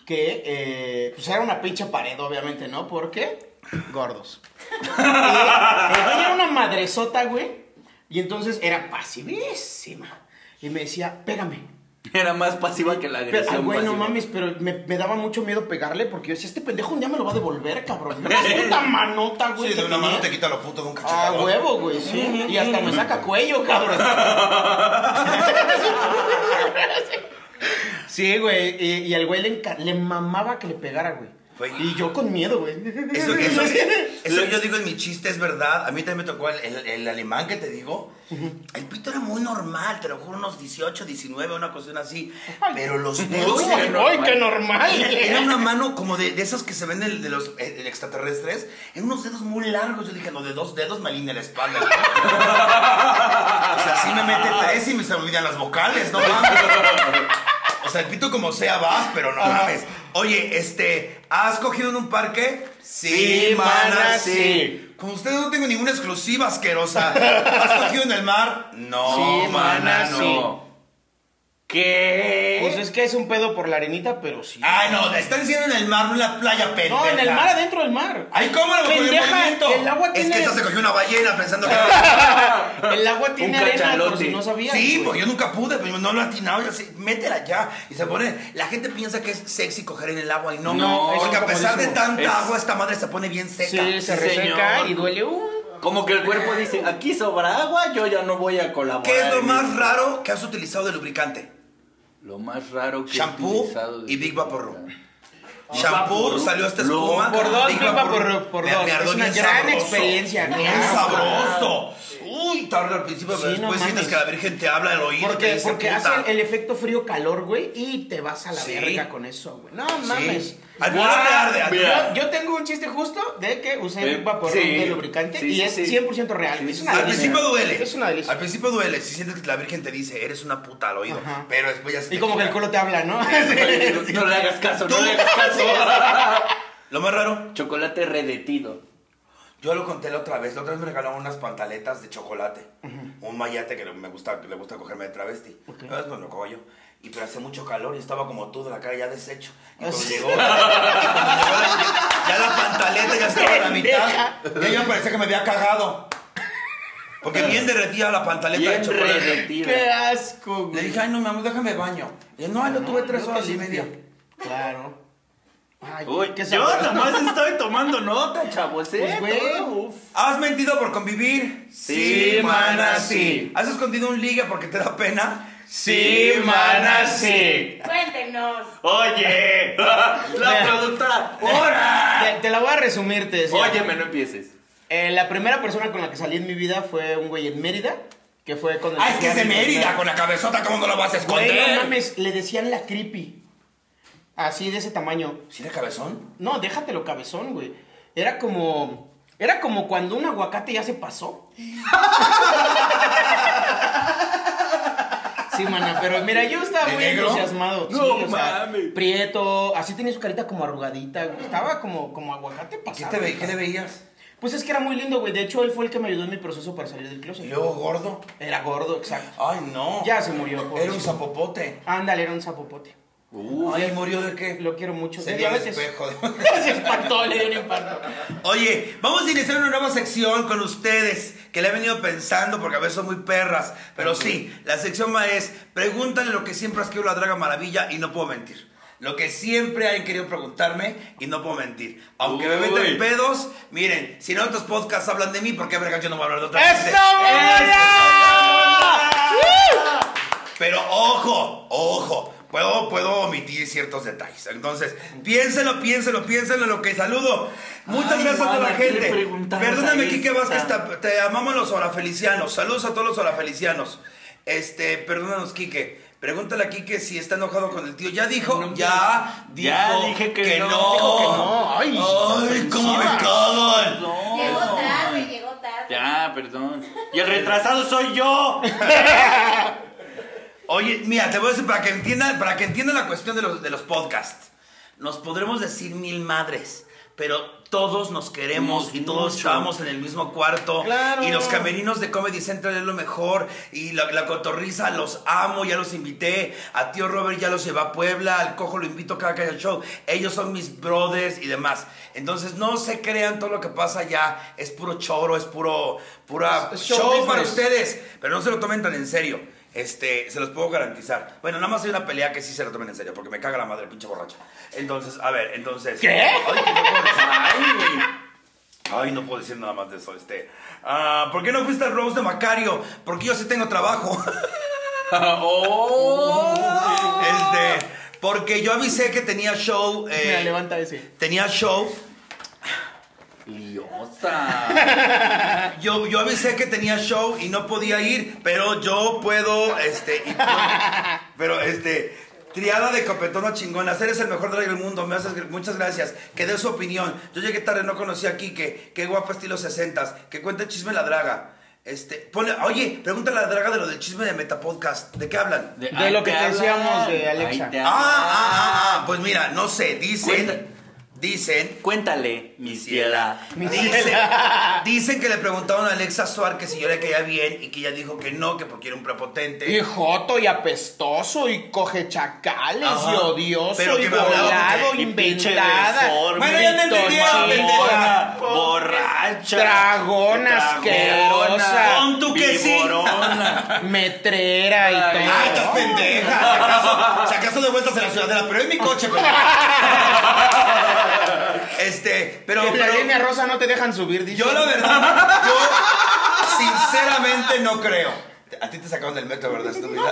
C: que, eh, pues era una pinche pared, obviamente, ¿no? Porque gordos. Y el güey era una madresota, güey. Y entonces era pasivísima. Y me decía, pégame,
B: Era más pasiva que la
C: Pero, ah,
B: agresión.
C: güey, no
B: pasiva. [laughs]
C: mames, pero me, me daba mucho miedo pegarle porque yo decía, este pendejo un día me lo va a devolver,
F: [laughs]
C: cabrón. Una puta manota, güey.
F: Sí,
C: que
F: de una mano te
C: tenía.
F: quita lo puto de un cachetadón.
C: Ah, huevo, güey, sí. Y hasta me saca cuello,
A: [laughs]
C: cabrón. Sí, güey. Y, y al güey le, enca- le mamaba que le pegara, güey.
A: Güey.
C: Y yo con miedo, güey.
A: Eso,
B: [laughs]
A: eso,
C: [laughs]
A: eso yo digo en mi chiste es verdad. A mí también me tocó el, el- el alemán que te digo. El pito era muy normal, te lo juro, unos 18, 19, una cuestión así. Pero los dedos.
C: Uy,
A: eran-
C: uy, qué normal.
A: Era, era
C: eh. [laughs]
A: una mano como de, de esas que se venden de los eh, de extraterrestres. Eran unos dedos muy largos. Yo dije, no, de dos dedos me alinea la espalda. o sea, sí me mete tres y me se me olvidan las vocales, no mames. O sea, el pito como sea vas, pero no mames. Oye, este, ¿has cogido en un parque?
B: Sí, mana, sí.
A: Con ustedes no tengo ninguna exclusiva asquerosa. ¿Has cogido en el mar? No,
C: Sí,
A: Oh, mana,
C: mana,
A: no.
C: sí.
B: ¿Qué?
C: Pues es que es un pedo por la arenita, pero sí.
A: Ay, no, están diciendo en el mar, no en la playa, Ah, pendeja.
C: No, en el mar, adentro del mar.
A: Ay, ¿cómo lo cogió el
C: Pendeja,
A: movimiento?
C: el agua
A: Es
C: tiene- Ah,
A: que esta se cogió una ballena pensando que...
C: El agua
B: Un
C: tiene arena, por
B: cachalote.
C: si no sabías.
A: Sí,
C: güey.
A: pues yo nunca pude, pero no lo he atinado, yo así, métela ya. Y se pone, la gente piensa que es sexy coger en el agua y no,
C: No,
A: porque
C: eso
A: a
C: es
A: pesar de
C: comodísimo.
A: tanta
B: Es-
A: agua, esta madre se pone bien seca.
C: Sí, se
B: Sí,
C: reseca
B: señor.
C: y duele un.
B: Como que el cuerpo dice, aquí sobra agua, yo ya no voy a colaborar.
A: ¿Qué es lo
B: en
A: más
B: esto".
A: raro que has utilizado de lubricante?
B: Lo más raro que he
A: Shampoo
B: utilizado de-
A: y Big Vaporrum. Shampoo, salió esta espuma.
C: Ah, Por dos,
A: Big
C: Big
A: Vaporub.
C: Vaporub, por
A: Me-
C: dos.
A: me
C: Es
A: ardó
C: una
A: bien
C: gran
A: sabroso.
C: experiencia,
A: Bien
C: claro.
A: sabroso. Uy, tarda al principio,
C: Sí,
A: pero
C: no
A: después sientes
C: mames.
A: que la Virgen te habla al oído. y te
C: Porque,
A: dice,
C: porque
A: puta.
C: hace el efecto frío-calor, güey, y te vas a la
A: Sí.
C: verga con eso, güey. No
A: Sí. Ah,
C: mames.
A: Al puro te arde. al puro-
B: Mira.
C: Yo, yo tengo un chiste justo de que usé
B: Eh,
C: Big Vaporub
B: sí.
C: de lubricante
B: Sí,
C: y
B: sí,
C: es
B: sí.
C: 100% real. Es una
A: Al
C: delicia.
A: principio duele.
C: Es una
A: Al
C: delicia.
A: principio duele. Si sientes que la Virgen te dice, eres una puta al oído.
C: Ajá.
A: Pero después ya se
C: Y
A: te
C: como que el
A: quita.
C: culo te habla, ¿no?
B: [laughs] No le hagas caso, no
A: Tú.
B: le hagas caso.
A: Lo más raro,
B: Chocolate redetido.
A: yo lo conté la otra vez. La otra vez me regalaron unas pantaletas de chocolate. Un mayate que me gusta, que le gusta cogerme de travesti. A veces me lo cojo yo. Y pero hace mucho calor y estaba como tú de la cara ya deshecho. Y cuando
C: Así.
A: llegó, y cuando llegó la- ya la pantaleta ya estaba a la mitad. Ya yo me parecía que me había cagado. Porque bien derretida la pantaleta
B: Bien
A: de chocolate.
B: redetido.
C: [laughs] ¡Qué asco,
A: Le
C: güey!
A: dije, ay, no, mi amor, déjame baño. Y no, ay, lo tuve tres
C: Yo
A: horas
C: te
A: y media.
C: limpio. Claro. Ay,
B: Uy,
C: qué
B: yo
C: sabroso.
B: nomás estoy tomando nota, [laughs] chavos, ¿eh?
C: Pues, güey.
B: Todo, uf.
A: ¿Has mentido por convivir?
B: Sí, mana, sí.
A: ¿Has escondido un ligue porque te da pena?
B: Sí, mana, sí.
E: Cuéntenos.
B: [laughs] Oye, la [laughs] productora.
C: [laughs] Te, te la voy a resumir, te decía.
B: Óyeme, no empieces.
C: Eh, la primera persona con la que salí en mi vida fue un güey en Mérida, que fue con el
F: Ah, es que es de
C: mi
F: Mérida, con la cabezota, ¿cómo no lo vas a
C: Güey, no
F: esconder?
C: mames, le decían la creepy. Así de ese tamaño.
F: ¿Sí era cabezón?
C: No, déjatelo cabezón, güey. Era como. Era como cuando un aguacate ya se pasó. [laughs] Sí, mana, pero mira, yo estaba
F: ¿De
C: muy
F: negro?
C: entusiasmado. sí,
B: No
C: o sea,
B: mames.
C: prieto, así tenía su carita como arrugadita, güey. Estaba como, como aguacate
F: ¿Qué,
C: pasado.
F: te ve-
C: güey.
F: qué le veías?
C: Pues es que era muy lindo, güey. De hecho, él fue el que me ayudó en mi proceso para salir del closet.
F: ¿Y luego gordo?
C: Era gordo, exacto.
F: Ay, no.
C: Ya se murió.
F: Era un
C: pobrecito.
F: zapopote.
C: Ándale, era un zapopote.
F: Ay, murió de qué?
C: Lo quiero mucho. de
F: Sería el
C: diabetes. [laughs]
F: espejo.
C: se espantó, le dio un infarto.
A: Oye, vamos a iniciar una nueva sección con ustedes que le he venido pensando porque a veces son muy perras. Pero sí, la sección va es pregúntale lo que siempre has querido a la Draga Maravilla y no puedo mentir. Lo que siempre han querido preguntarme y no puedo mentir. Aunque me
B: Uy.
A: meten pedos, miren, si no otros podcasts hablan de mí, ¿por qué verga yo [laughs] no voy a hablar de otra
C: ¡Eso,
A: gente?
C: mamá!
A: Pero ojo, ojo, puedo, puedo omitir ciertos detalles. Entonces, piénselo, piénselo, piénselo en lo que saludo. Muchas
B: Ay,
A: gracias a toda la
B: Juana, ¿qué le
A: gente.
B: preguntamos
A: Perdóname,
B: a
A: Quique
B: esta?
A: Vázquez, te, te amamos los orafelicianos. Saludos a todos los orafelicianos. Este, perdónanos, Quique. Pregúntale a Quique si está enojado con el tío. Ya dijo, ya dijo
B: Ya dije que no.
C: Dijo que no. Ay,
A: Ay, cómo me cagan.
E: Llegó tarde, llegó tarde.
B: Ya, perdón. Y el retrasado soy yo.
A: Oye, mira, te voy a decir para que entiendan, para que entiendan la cuestión de los, de los podcasts. Nos podremos decir mil madres, pero todos nos queremos
B: Nos
A: y todos
B: mucho.
A: estamos en el mismo cuarto.
C: Claro.
A: Y los camerinos de Comedy Central es lo mejor. Y la, la cotorriza los amo, ya los invité. A tío Robert ya los llevé a Puebla. Al cojo lo invito cada que haya show. Ellos son mis brothers y demás. Entonces no se crean todo lo que pasa allá. Es puro choro, es puro, pura
C: Es- es show
A: show para
C: business.
A: ustedes ustedes, pero no se lo tomen tan en serio. Este, se los puedo garantizar. Bueno, nada más hay una pelea que sí se lo tomen en serio, porque me caga la madre, pinche borracha. Entonces, a ver, entonces.
C: ¿Qué?
A: Ay, que no puedo decir- ay, güey.
B: [laughs]
A: Ay, no puedo decir nada más de eso, este. Ah, ¿por qué no fuiste al Rose de Macario? Porque yo sí tengo trabajo. [laughs]
B: Oh.
A: Este, porque yo avisé que tenía show. eh,
C: Mira, levanta ese.
A: tenía show.
B: Liosa.
A: Yo, yo avisé que tenía show y no podía ir, pero yo puedo, este, y puedo- pero este, triada de copetón o chingona, eres el mejor drag del mundo, me haces, gr- muchas gracias, que dé su opinión, yo llegué tarde, no conocí a Kike, que guapa estilo 60s, que cuente el chisme la draga, este, ponle, oye, pregúntale a la draga de lo del chisme de Metapodcast, ¿de qué hablan?
C: De lo que te decíamos de Alexa.
A: Ah, ah, ah, ah, pues mira, no sé, dicen,
B: Cuenta.
A: dicen
B: ah. Cuéntale, mi ciela.
C: Mi [laughs]
A: Dicen, dicen que le preguntaron a Alexa Suar que si yo le caía bien y que ella dijo que no, que porque era un prepotente.
C: Y joto y apestoso y coge chacales
A: Ajá.
C: y odioso
A: Pero
C: y
A: que me hablaba
C: volado,
B: Y pinche
C: inventada.
B: deforme.
A: Bueno, ya te entendieron,
C: pitochona,
A: pendeja.
B: Borracha.
C: Dragona asquerosa.
A: Pon tu que sí.
B: Viborona.
C: Metera y
B: Ay,
C: todo.
A: Ah,
F: ¡Ay, estás pendeja! Si acaso- Si acaso de vueltas en la ciudadela, pero es mi coche,
C: [laughs]
F: pendeja.
A: Este, pero,
C: En la
A: pero
C: línea rosa no te dejan subir, dice.
A: yo la verdad, yo sinceramente no creo. A ti te sacaron del metro, ¿verdad, estúpida?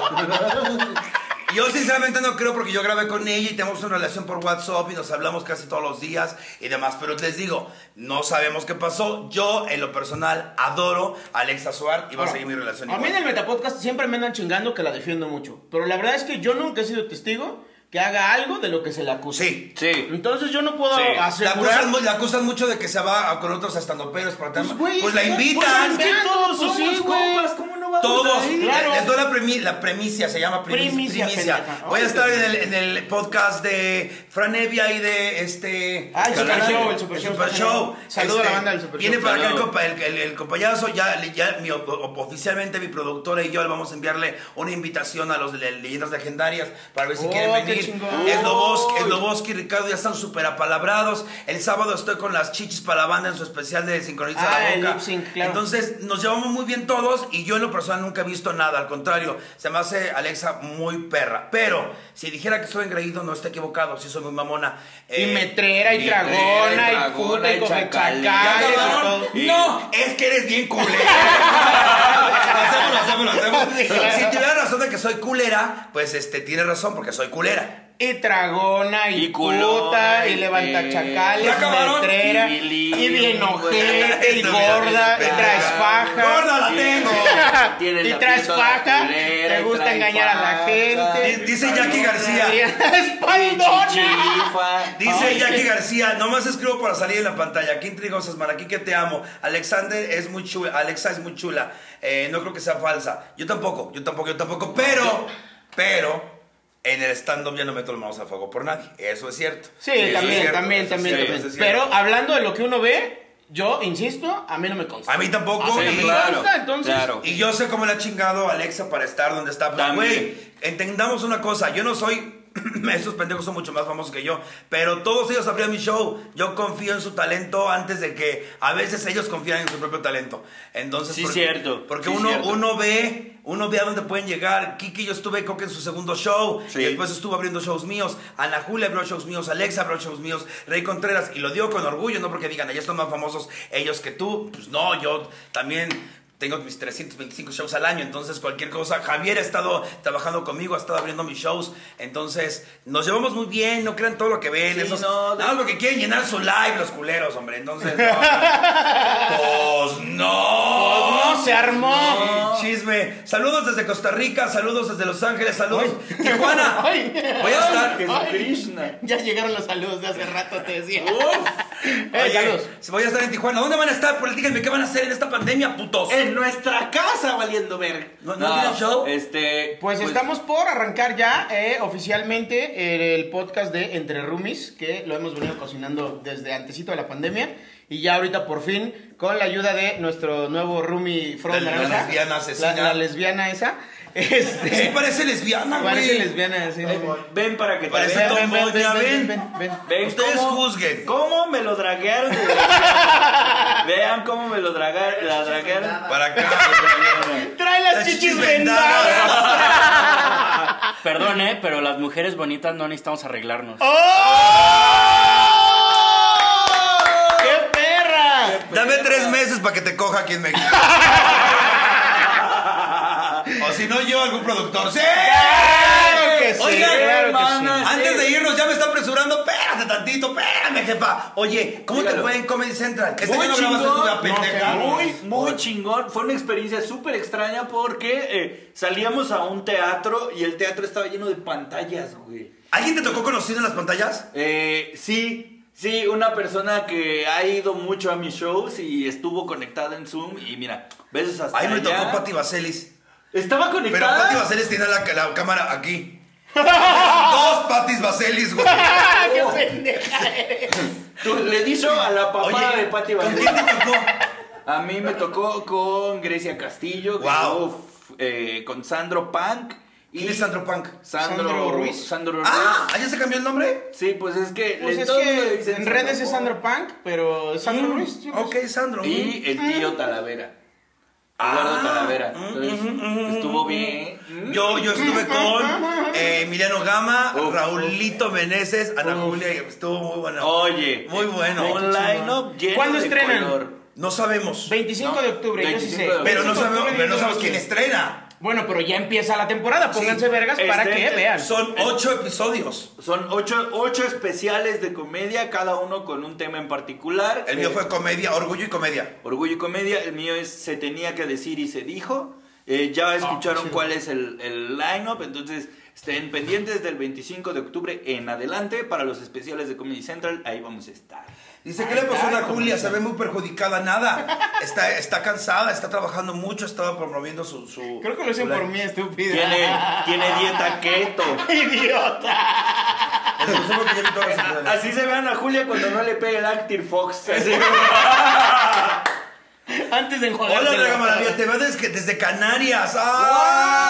A: Yo sinceramente no creo porque yo grabé con ella y tenemos una relación por WhatsApp y nos hablamos casi todos los días y demás. Pero les digo, no sabemos qué pasó. Yo, en lo personal, adoro a Alexa Suar y va a seguir mi relación.
C: A mí
A: igual.
C: en el Metapodcast siempre me andan chingando que la defiendo mucho. Pero la verdad es que yo nunca he sido testigo que haga algo de lo que se le acusa.
A: Sí.
B: Sí.
C: Entonces yo no puedo
B: Sí.
A: La
C: asegurar.
A: acusan, mu- la acusan mucho de que se va a- con otros estandoperos para temas. Pues,
C: güey,
A: la
C: es que-
A: invitan.
C: pues, es que todos
B: Somos
C: sí, güey.
B: compas, ¿cómo no vamos
A: Todos,
B: a ir?
C: claro.
A: les doy la, premi- la premicia, se llama primi- primicia.
C: Primicia, pendeja.
A: Voy a
C: Ay,
A: estar en el,
C: pendeja.
A: en el podcast de Fran Evia y de este.
C: Ah, el Super
A: canal-
C: Show, el Super Show
A: Super
C: está
A: Show. Este,
C: genial. Saludo a la banda del Super
A: Viene
C: Show.
A: para acá el,
B: Saludo.
A: compa- el, el- el compañazo, ya, le- ya mi op- op- oficialmente mi productora y yo le vamos a enviarle una invitación a los de leyendas legendarias para ver si
C: Oh,
A: quieren
C: qué
A: venir.
C: chingón.
A: Edno Bosque, Edno Bosque y Ricardo ya están súper apalabrados. El sábado estoy con las chichis para la banda en su especial de Sincroniza
C: Ah,
A: la
C: el
A: Boca.
C: lip sync, claro.
A: Entonces, entonces, nos llevamos muy bien todos y yo en lo personal nunca he visto nada, al contrario, se me hace Alexa muy perra. Pero si dijera que soy engreído, no está equivocado, sí soy muy mamona.
C: Y
A: Eh,
C: metrera y
B: metrera,
C: dragona
B: y
C: y puta
B: dragona,
C: y
B: y
C: coge
B: chacalea.
A: ¿Ya
C: chacales y
A: acabaron?
C: todo.
B: Y-
C: [laughs]
A: No, es que eres bien culero. hacemos,
D: hacémoslo, hacémoslo.
A: claro.
D: Si tuviera razón de que soy culera, pues este, tiene razón porque soy culera.
C: Y tragona, y,
B: Y culona,
C: puta, y
B: y
C: levanta
B: eh,
C: chacales,
A: ¿Ya acabaron?
C: y metrera,
B: Y
C: y,
B: vilín,
C: bien
B: güey.
C: ojete, y
D: Esto, mira,
C: gorda, y
D: pendeja.
C: traes faja.
A: Gorda la
C: [laughs]
A: tengo.
B: Tiene
C: y
B: la
C: traes
B: pinza
C: faja,
B: culera,
C: te
B: y
C: gusta
B: trae
C: engañar a la
B: faja.
C: gente.
A: Di- Dice Jackie
C: [laughs]
A: García.
C: ¡Espaldona!
B: Chirifa.
A: Dice Jackie García, nomás escribo para salir en la pantalla. Aquí intrigosas, Maraquí, que te amo. Alexander es muy chula. Alexa es muy chula. Eh, no creo que sea falsa. Yo tampoco, yo tampoco, yo tampoco. Pero, pero, en el stand-up ya no meto las manos al fuego por nadie. Eso es cierto.
C: Sí,
A: Eso es
C: también,
A: cierto,
C: también,
A: eso es
C: también,
A: cierto,
C: también.
A: eso es cierto.
C: Pero hablando de lo que uno ve, yo insisto, a mí no me consta.
A: A mí tampoco.
B: Ah, sí,
A: y-
B: claro,
C: consta, entonces.
B: claro.
A: Y yo sé cómo le ha chingado Alexa para estar donde está. Pues,
B: También.
A: güey, entendamos una cosa. Yo no soy... [clears throat] Esos pendejos son mucho más famosos que yo. Pero todos ellos abrieron mi show. Yo confío en su talento antes de que... A veces ellos confían en su propio talento. Entonces...
B: Sí, cierto.
A: Porque
B: Sí,
A: uno,
B: cierto.
A: uno ve... Uno ve a dónde pueden llegar. Kiki, yo estuve, creo que en su segundo show.
B: Sí.
A: Y después estuvo abriendo shows míos. Ana Julia abrió shows míos. Alexa abrió shows míos. Rey Contreras. Y lo digo con orgullo, no porque digan, ellos son más famosos ellos que tú. Pues no, yo también tengo mis 325 shows al año. Entonces, cualquier cosa. Javier ha estado trabajando conmigo, ha estado abriendo mis shows. Entonces, nos llevamos muy bien. No crean todo lo que ven.
B: Sí,
A: esos,
B: no, de-
A: nada más porque quieren llenar su live, los culeros, hombre.
B: [laughs]
A: Entonces, no. pues no.
B: Pues
C: ¡No se armó! Oh.
A: Chisme. Saludos desde Costa Rica, saludos desde Los Ángeles, saludos. Tijuana.
C: [laughs] Ay.
A: Voy a estar.
B: Jesucristo.
C: Ya llegaron los saludos de hace rato, te decía. Eh,
A: Oye,
C: saludos.
A: si voy a estar en Tijuana. ¿Dónde van a estar? Pues díganme, ¿qué van a hacer en esta pandemia, putos?
C: Eh.
B: En nuestra casa valiendo ver.
A: ¿No- no tienen show?
B: Este.
C: Pues, estamos por arrancar ya eh, oficialmente eh, el podcast de Entre Roomies, que lo hemos venido cocinando desde antesito de la pandemia. Y ya ahorita por fin, con la ayuda de nuestro nuevo roomie Frog
A: La- la
C: Naranja,
A: lesbiana asesina.
C: La, la lesbiana esa. [laughs]
A: Sí,
C: Este,
A: parece lesbiana, güey.
C: parece lesbiana, así.
B: Ven para que te
C: Pues
A: Parece Tom
B: vean.
A: Boya, ven.
C: ven.
B: Ven
A: Ustedes
B: cómo-
A: juzguen.
B: ¿Cómo me
G: [laughs]
B: lo draguearon? Vean cómo me lo draga- la draguearon.
A: Para
C: [laughs]
A: acá.
C: Trae las
A: Las
C: chichis
A: chichis
C: vendadas.
G: Perdón, eh, pero las mujeres bonitas no necesitamos arreglarnos.
C: ¡Oh! ¡Qué perra!
A: Dame tres meses para que te coja aquí en
C: [laughs]
A: México. o si no, yo algún productor. ¡Sí!
C: Claro que sí,
A: Oigan, eh,
C: claro que sí.
B: hermana,
A: Antes
B: sí.
A: de irnos, ya me está apresurando. Espérate tantito, espérame, jefa. Oye, ¿cómo te
B: Dígalo.
A: fue en Comedy Central? Este
B: muy
A: ya lo grabaste tú, la
B: chingón,
A: pendeja.
B: muy, muy chingón. Fue una experiencia súper extraña porque eh, salíamos a un teatro y el teatro estaba lleno de pantallas, güey.
A: ¿Alguien te tocó conocido en las pantallas?
B: Eh, sí, sí, una persona que ha ido mucho a mis shows y estuvo conectada en Zoom y mira, besos hasta
A: Ahí me
B: allá.
A: tocó Pati Vaselis.
B: Estaba
A: Pero Pati
B: conectada.
A: Vaselis tiene la, la cámara aquí.
B: [laughs]
A: Dos Patis Vaselis, güey.
C: Ah, ¡Qué pendeja eres!
B: Tú- le di show a la papá
A: Oye,
B: de Pati
A: ¿Con
B: Vaselis.
A: quién te tocó?
B: A mí me tocó con Grecia Castillo, que
A: Wow.
B: estuvo, f- eh, con Sandro Punk. Y
A: ¿Quién es Sandro Punk?
B: Sandro,
C: Sandro Ruiz.
B: Sandro Ruiz.
A: Ah, ¿ah, ya se cambió el nombre?
B: Sí, pues es que.
C: Pues
B: le-
C: es
B: todo el mundo
C: que
B: dice
C: en redes es
B: Punk.
C: Sandro Punk, pero es Sandro Ruiz. yo creo.
A: Mm, Ok, Sandro.
B: Y el tío Talavera. Eduardo Talavera. Entonces, estuvo bien.
A: Mm. Yo, yo estuve con eh, Emiliano Gama,
B: Uf. Oh,
A: Raulito Meneses, Ana Julia, y estuvo muy buena.
B: Oye.
A: Muy bueno.
B: Un line-up lleno
C: ¿Cuándo
B: de
C: estrenan?
B: color.
A: No sabemos.
C: 25
B: No,
C: de octubre, yo sí
B: 25
C: sé.
B: de octubre.
A: Pero no
C: 25 de
A: sabemos,
C: octubre,
A: pero no
C: yo
A: sabemos
C: sí
A: quién
C: sé.
A: estrena.
C: Bueno, pero ya empieza la temporada, pónganse
A: Sí.
C: vergas para
B: Este-
C: que vean.
A: Son ocho episodios.
B: Son ocho, ocho especiales de comedia, cada uno con un tema en particular.
A: El mío fue comedia, orgullo y comedia.
B: Orgullo y comedia, el mío es Se tenía que decir y se dijo. Eh,
C: Ah,
B: ya escucharon cuál es el, el line-up, entonces estén pendientes del 25 de octubre en adelante para los especiales de Comedy Central, ahí vamos a estar.
A: Dice, ¿qué le pasó a Ana Julia? Se ve muy perjudicada, nada. Está, está cansada, está trabajando mucho, estaba promoviendo su... su-
C: Creo que lo
A: su
C: hacen
A: live.
C: por mí, estúpida.
B: Tiene,
C: [laughs]
B: tiene dieta keto.
C: ¡Idiota!
A: Pero pues, supongo que ya me toca hacer-
B: Así se ve a Ana Julia cuando no le pega el Active Fox. Así.
C: Antes de enjuagarse.
A: Hola,
C: la
A: Draga
C: cara.
A: Maravilla, te veo desde, desde Canarias.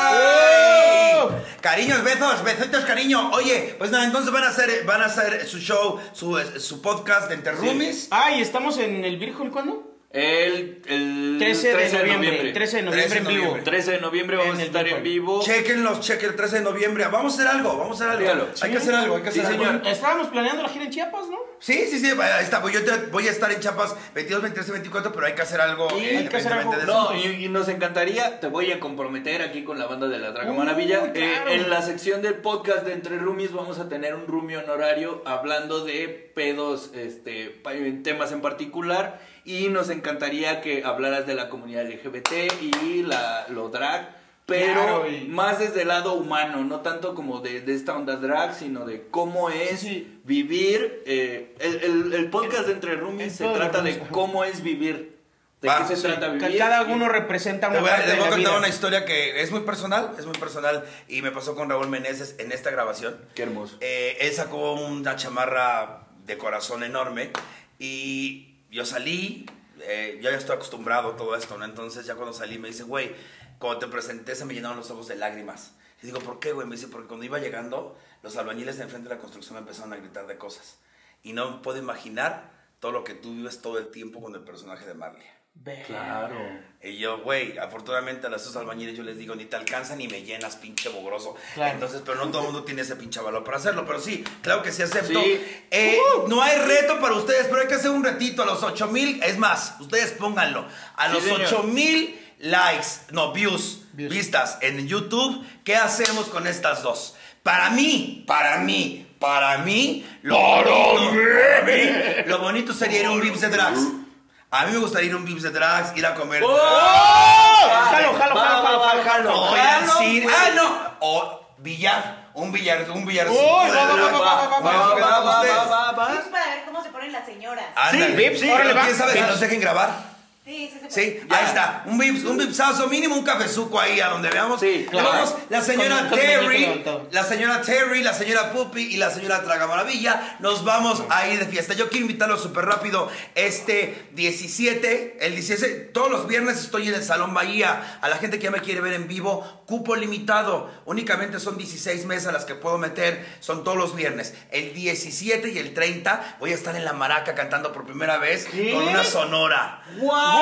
A: ¡Ay!
C: ¡Wow!
A: Cariños, besos, besitos, cariño. Oye, pues nada, entonces van a hacer, van a hacer su show, su, su podcast de Entre Roomies.
C: Ay, ¿estamos en el Virgil cuándo?
B: El, el
C: 13 de noviembre. 13 de noviembre
A: 13
C: en
A: de
C: vivo.
A: noviembre.
B: 13 de noviembre vamos
C: En
B: a
C: el
B: estar en
C: Bitcoin.
B: vivo.
A: Chequenlos, chequen el 13 de noviembre. Ah, Vamos a hacer algo, vamos a hacer algo.
B: Dígalo.
A: Hay que hacer algo, hay que hacer
B: Sí,
A: algo.
B: señor.
C: Estábamos planeando la gira en Chiapas, ¿no?
A: Sí, sí, sí, ahí está. Pues yo te- voy a estar en Chiapas 22, 23 y 24, pero hay que hacer algo.
C: Sí, hay que hacer
A: independientemente
C: algo.
A: de eso.
B: No, y, y nos encantaría, te voy a comprometer aquí con la banda de la Draga
C: Uy,
B: Maravilla.
C: claro.
B: Eh, en la sección del podcast de Entre Roomies vamos a tener un roomie honorario hablando de pedos, este, pa- en temas en particular. Y nos encantaría que hablaras de la comunidad LGBT y la, lo drag. Pero
C: Claro, y-
B: más desde el lado humano, no tanto como de, de esta onda drag, sino de cómo es
C: sí.
B: vivir. eh, el, el- el podcast de Entre Roomies
C: el
B: se
C: todo de
B: trata
C: Roomies,
B: de
C: ajá.
B: cómo es vivir. ¿De
A: Va,
B: qué se
A: sí.
B: trata
C: Ca-
B: vivir?
C: Cada
B: Y-
C: uno representa
A: Te
C: una
A: voy, a,
C: parte
A: te
C: de
A: voy a
C: la
A: contar
C: vida.
A: una historia que es muy personal, es muy personal y me pasó con Raúl Meneses en esta grabación.
B: Qué hermoso.
A: Eh, él sacó una chamarra de corazón enorme y yo salí, eh, yo ya estoy acostumbrado a todo esto, ¿no? Entonces ya cuando salí me dice, güey, cuando te presenté se me llenaron los ojos de lágrimas. Y digo, ¿por qué, güey? Me dice, porque cuando iba llegando, los albañiles de enfrente de la construcción me empezaron a gritar de cosas. Y no puedo imaginar todo lo que tú vives todo el tiempo con el personaje de Marley.
C: Ve.
B: Claro.
A: Y yo, güey, afortunadamente a las dos albañiles yo les digo, ni te alcanzan ni me llenas, pinche bogroso.
C: Claro.
A: Entonces, pero no todo el mundo tiene ese pinche valor para hacerlo. Pero sí, claro que sí acepto.
B: Sí.
A: Eh, No hay reto para ustedes, pero hay que hacer un retito a los 8 mil. Es más, ustedes pónganlo. A
B: Sí,
A: los
B: señor.
A: 8 mil likes, no, views,
C: Views.
A: vistas en YouTube, ¿qué hacemos con estas dos? Para mí, para mí, para mí, lo, para mí, lo bonito sería ir a un Vips de Drags. A mí me gustaría ir a un Vips de Drags, ir a comer.
C: ¡Oh! Jalo, jalo,
B: Va,
C: jalo,
B: va,
C: jalo,
B: va,
C: jalo,
A: O
C: jalo.
A: ir al
B: Ojalá,
A: cine.
B: güey.
A: Ah, no. O billar. Un billar, un billar.
C: Uy, ¡Oh, va, va, va, va, va, va,
B: Va, va, va, va, va,
E: Es
B: va.
E: para ver cómo se ponen las señoras.
A: Pues Ándale.
C: Sí, Vips,
A: Sí,
C: órale,
A: pero
C: va.
A: quién sabe si
C: Vips.
A: nos dejen grabar.
E: Sí, sí, se puede.
A: Sí, ahí está. Un vips, un vipsazo, mínimo un cafezuco ahí a donde veamos.
B: Sí, claro.
A: Veamos la
C: Con
A: señora
C: un- con un muñeco
A: Terry,
C: levantado.
A: la señora Terry, la señora Pupi y la señora Tragamaravilla. Nos vamos a ir de fiesta. Yo quiero invitarlos súper rápido. Este 17, el 17, todos los viernes estoy en el Salón Bahía. A la gente que ya me quiere ver en vivo, cupo limitado. Únicamente son 16 mesas las que puedo meter. Son todos los viernes. El 17 y el 30 voy a estar en La Maraca cantando por primera vez con una sonora.
C: ¡Wow!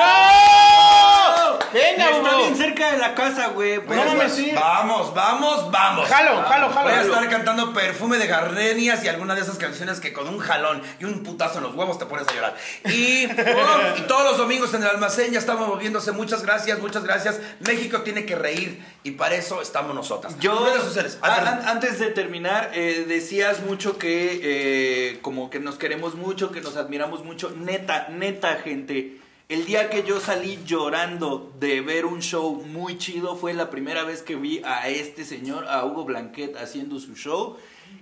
C: Venga,
B: Está
C: Hugo.
B: bien cerca de la casa, güey.
A: Pues,
C: No mames,
A: pues,
C: sí.
A: Vamos, vamos, vamos.
C: Jalo, jalo,
A: Voy a
C: jalo.
A: estar cantando perfume de gardenias y alguna de esas canciones que con un jalón y un putazo en los huevos te pones a llorar.
C: [laughs]
A: Y, y todos los domingos en el almacén ya estamos moviéndose. Muchas gracias, muchas gracias. México tiene que reír y para eso estamos nosotras.
B: Yo,
A: Redes sociales.
C: Ah,
B: a- an- antes de terminar, eh, decías mucho que eh, como que nos queremos mucho, que nos admiramos mucho. Neta, neta, gente. El día que yo salí llorando de ver un show muy chido fue la primera vez que vi a este señor, a Hugo Blanquet, haciendo su show.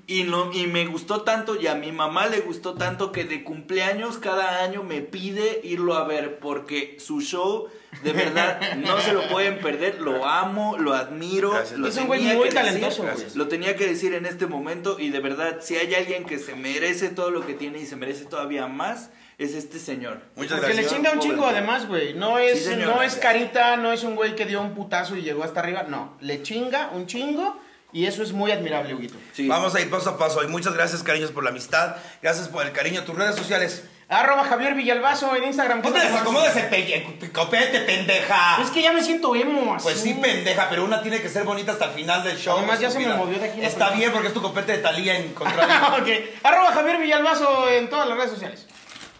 B: Y, no, y me gustó tanto y a mi mamá le gustó tanto que de cumpleaños cada año me pide irlo a ver porque su show de verdad no se lo pueden perder. Lo amo, lo admiro.
A: Gracias,
B: lo
C: Es un güey
B: tenía
C: muy
B: que
C: talentoso,
B: decir,
C: güey.
B: Lo tenía que decir en este momento y de verdad si hay alguien que se merece todo lo que tiene y se merece todavía más es este señor.
A: Muchas
C: ah, Porque le
A: gracias.
C: chinga un chingo
B: Pobre.
C: además, güey. No es,
B: Sí, señor.
C: no es carita, no es un güey que dio un putazo y llegó hasta arriba. No, le chinga un chingo y eso es muy admirable, Huguito.
B: Sí.
A: Vamos a ir paso a paso. Y muchas gracias, cariños, por la amistad. Gracias por el cariño. Tus redes sociales.
C: Arroba Javier Villalbazo en Instagram.
F: ¿Cómo te desacomodas el pelle- picopete, pendeja?
C: Es que ya me siento emo así.
A: Pues sí, pendeja, pero una tiene que ser bonita hasta el final del show.
C: Además, ya se me
A: Mira,
C: movió de aquí la
A: Está
C: primera.
A: bien porque es tu copete de Talía en contrario.
C: [laughs] ok. Arroba Javier Villalbazo en todas las redes sociales.
A: [laughs]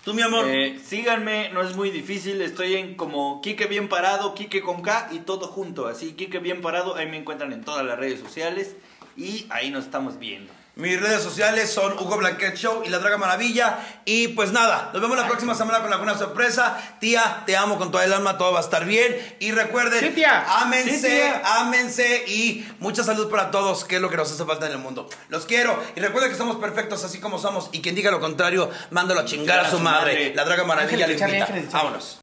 A: Tú, mi amor.
B: Eh, síganme, no es muy difícil, estoy en como Quique Bien Parado, Quique con K y todo junto, así Quique Bien Parado, ahí me encuentran en todas las redes sociales y ahí nos estamos viendo.
A: Mis redes sociales son Hugo Blanquet Show y La Draga Maravilla. Y pues nada, nos vemos la próxima semana con alguna sorpresa. Tía, te amo con toda el alma, todo va a estar bien. Y recuerden,
C: Sí, tía.
A: ámense,
B: Sí, tía.
A: ámense y mucha salud para todos, que es lo que nos hace falta en el mundo. Los quiero y recuerden que somos perfectos así como somos. Y quien diga lo contrario, mándalo a chingar a su madre. La Draga Maravilla
C: Ángel,
A: le
C: échale,
A: invita.
C: ángel, échale.
A: Vámonos.